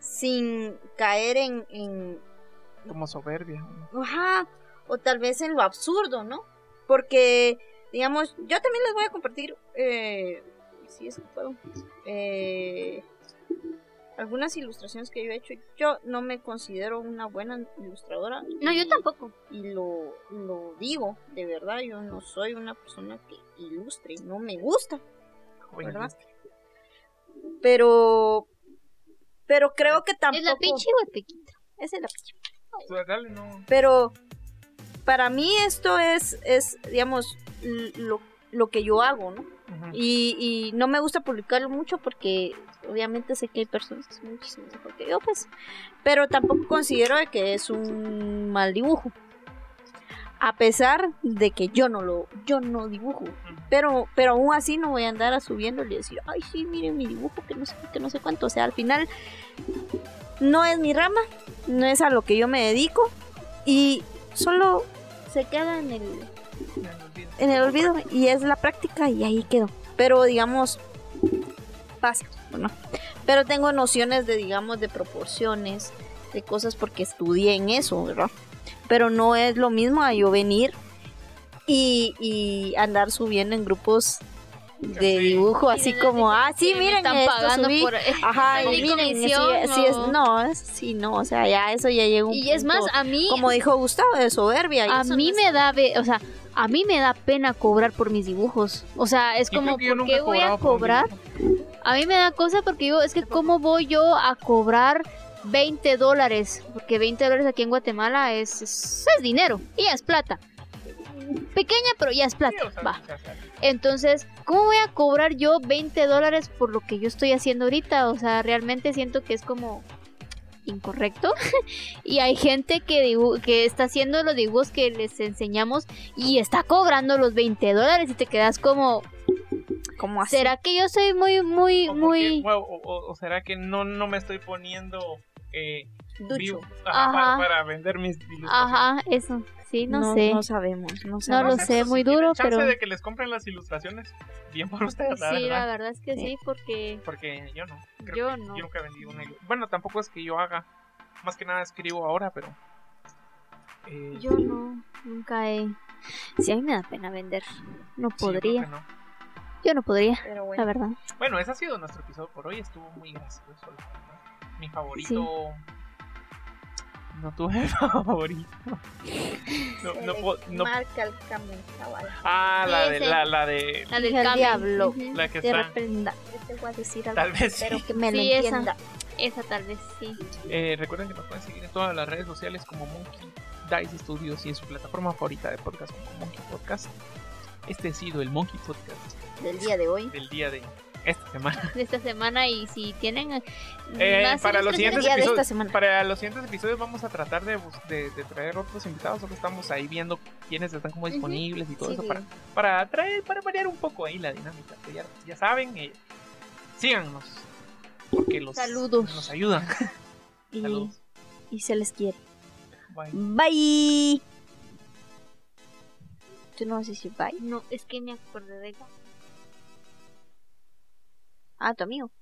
Speaker 3: sin caer en, en-
Speaker 1: Como soberbia.
Speaker 3: ajá, o tal vez en lo absurdo, ¿no? Porque, digamos, yo también les voy a compartir, eh, si es que puedo, eh, algunas ilustraciones que yo he hecho. Yo no me considero una buena ilustradora.
Speaker 2: No, yo
Speaker 3: y-
Speaker 2: tampoco.
Speaker 3: y lo, lo digo, de verdad, yo no soy una persona que ilustre, no me gusta,
Speaker 1: joven.
Speaker 3: ¿verdad? Pero, pero creo que tampoco...
Speaker 2: Es la pinche guatequita.
Speaker 3: Esa es la pinche.
Speaker 1: O sea, dale, no.
Speaker 3: Pero para mí esto es, es digamos, l- lo, lo que yo hago, ¿no?
Speaker 1: Ujú.
Speaker 3: Y, y no me gusta publicarlo mucho porque obviamente sé que hay personas que son muchísimo mejor que yo, pues. Pero tampoco considero de que es un mal dibujo. A pesar de que yo no lo, yo no dibujo. Pero, pero aún así no voy a andar a subiendo y decir, ay sí, miren mi dibujo, que no sé, qué, que no sé cuánto. O sea, al final no es mi rama, no es a lo que yo me dedico. Y solo se queda en el en el olvido y es la práctica y ahí quedó. Pero digamos, pasa, ¿no? Pero tengo nociones de, digamos, de proporciones, de cosas porque estudié en eso, ¿verdad? Pero no es lo mismo a yo venir y, y andar subiendo en grupos de
Speaker 1: Sí.
Speaker 3: dibujo,
Speaker 2: Sí,
Speaker 3: así
Speaker 2: no,
Speaker 3: como,
Speaker 2: sí,
Speaker 3: ah, sí,
Speaker 2: me
Speaker 3: miren,
Speaker 2: están
Speaker 3: esto
Speaker 2: pagando
Speaker 3: subí".
Speaker 2: por-
Speaker 3: Ajá,
Speaker 2: salir
Speaker 3: y miren, sí,
Speaker 2: comisión,
Speaker 3: sí es,
Speaker 2: o-
Speaker 3: no, es- sí, no, o sea, ya eso ya llegó.
Speaker 2: Y es más, a mí,
Speaker 3: como dijo Gustavo, de soberbia. y
Speaker 2: a
Speaker 3: eso no
Speaker 2: mí
Speaker 3: es-
Speaker 2: me da, ve- o sea, a mí me da pena cobrar por mis dibujos. O sea, es
Speaker 1: Yo creo
Speaker 2: como,
Speaker 1: que yo
Speaker 2: ¿por
Speaker 1: nunca he
Speaker 2: qué voy
Speaker 1: cobrado
Speaker 2: a
Speaker 1: por un
Speaker 2: cobrar?
Speaker 1: dibujo.
Speaker 2: A mí me da cosa porque digo, es que ¿cómo voy yo a cobrar 20 dólares? Porque 20 dólares aquí en Guatemala es, es, es dinero y es plata. Pequeña, pero ya es plata.
Speaker 1: Sí, o sea,
Speaker 2: Va.
Speaker 1: o sea,
Speaker 2: Entonces, ¿cómo voy a cobrar yo 20 dólares por lo que yo estoy haciendo ahorita? O sea, realmente siento que es como incorrecto. y hay gente que, dibu- que está haciendo los dibujos que les enseñamos y está cobrando los 20 dólares y te quedas como,
Speaker 3: como así.
Speaker 2: ¿será que yo soy muy, muy,
Speaker 1: o
Speaker 2: muy...
Speaker 1: porque, wow, o, o- o será que no, no me estoy poniendo eh,
Speaker 3: ducho.
Speaker 1: vivo ajá,
Speaker 2: Ajá.
Speaker 1: Para, para vender mis ilustraciones?
Speaker 2: Ajá, eso. Sí, no, sé.
Speaker 3: No sabemos, no
Speaker 2: No
Speaker 3: sabemos.
Speaker 2: lo
Speaker 1: Entonces,
Speaker 2: sé,
Speaker 1: si
Speaker 2: muy
Speaker 1: tienen
Speaker 2: duro,
Speaker 1: chance
Speaker 2: pero-
Speaker 1: de que les compren las ilustraciones, bien por ustedes, la
Speaker 2: sí, la
Speaker 1: verdad.
Speaker 2: verdad es que sí, porque
Speaker 1: Porque yo no. Creo
Speaker 2: yo
Speaker 1: que
Speaker 2: no.
Speaker 1: Yo nunca he vendido una ilu- Bueno, tampoco es que yo haga. Más que nada escribo ahora, pero. eh,
Speaker 2: Yo no, nunca he... Sí, a mí me da pena vender. No
Speaker 1: sí, yo creo
Speaker 2: podría.
Speaker 1: que no.
Speaker 2: Yo no podría,
Speaker 3: Pero
Speaker 2: la
Speaker 3: bueno,
Speaker 2: verdad.
Speaker 1: Bueno, ese ha sido nuestro episodio por hoy. Estuvo muy gracioso. la verdad. Mi favorito. No tuve favorito. No, no puedo- no-
Speaker 3: marca el camino, cabal.
Speaker 1: Ah, la de,
Speaker 2: Ese.
Speaker 1: la, la de.
Speaker 2: La del
Speaker 3: Hija del
Speaker 2: cambio.
Speaker 3: diablo.
Speaker 2: Ujú.
Speaker 1: La que
Speaker 3: De
Speaker 1: está.
Speaker 3: repente, yo te voy a decir algo,
Speaker 1: Tal vez sí.
Speaker 3: pero que me lo
Speaker 2: Sí, esa.
Speaker 3: entienda.
Speaker 2: Esa tal vez sí.
Speaker 1: Eh, recuerden que nos pueden seguir en todas las redes sociales como Monkey Dice Studios y en su plataforma favorita de podcast como Monkey Podcast. Este ha sido el Monkey Podcast
Speaker 3: Del día de hoy.
Speaker 1: del día de esta semana.
Speaker 2: De esta semana y si tienen eh,
Speaker 1: Eh,
Speaker 2: más
Speaker 1: para los
Speaker 3: Del
Speaker 1: siguientes
Speaker 3: día de
Speaker 1: episodios-
Speaker 3: esta semana.
Speaker 1: Para los siguientes episodios vamos a tratar de, bus- de, de traer otros invitados, solo estamos ahí viendo quiénes están como disponibles y todo
Speaker 3: Sí,
Speaker 1: eso
Speaker 3: sí.
Speaker 1: para, para traer, para variar un poco ahí la dinámica. que ya, ya saben, eh, síganos. Porque los
Speaker 2: Saludos.
Speaker 1: nos ayudan.
Speaker 3: Y,
Speaker 1: Saludos.
Speaker 3: y se les quiere.
Speaker 1: Bye.
Speaker 3: Bye. yo no sé si bye.
Speaker 2: No, es que me acordé de
Speaker 3: Ah, tu amigo.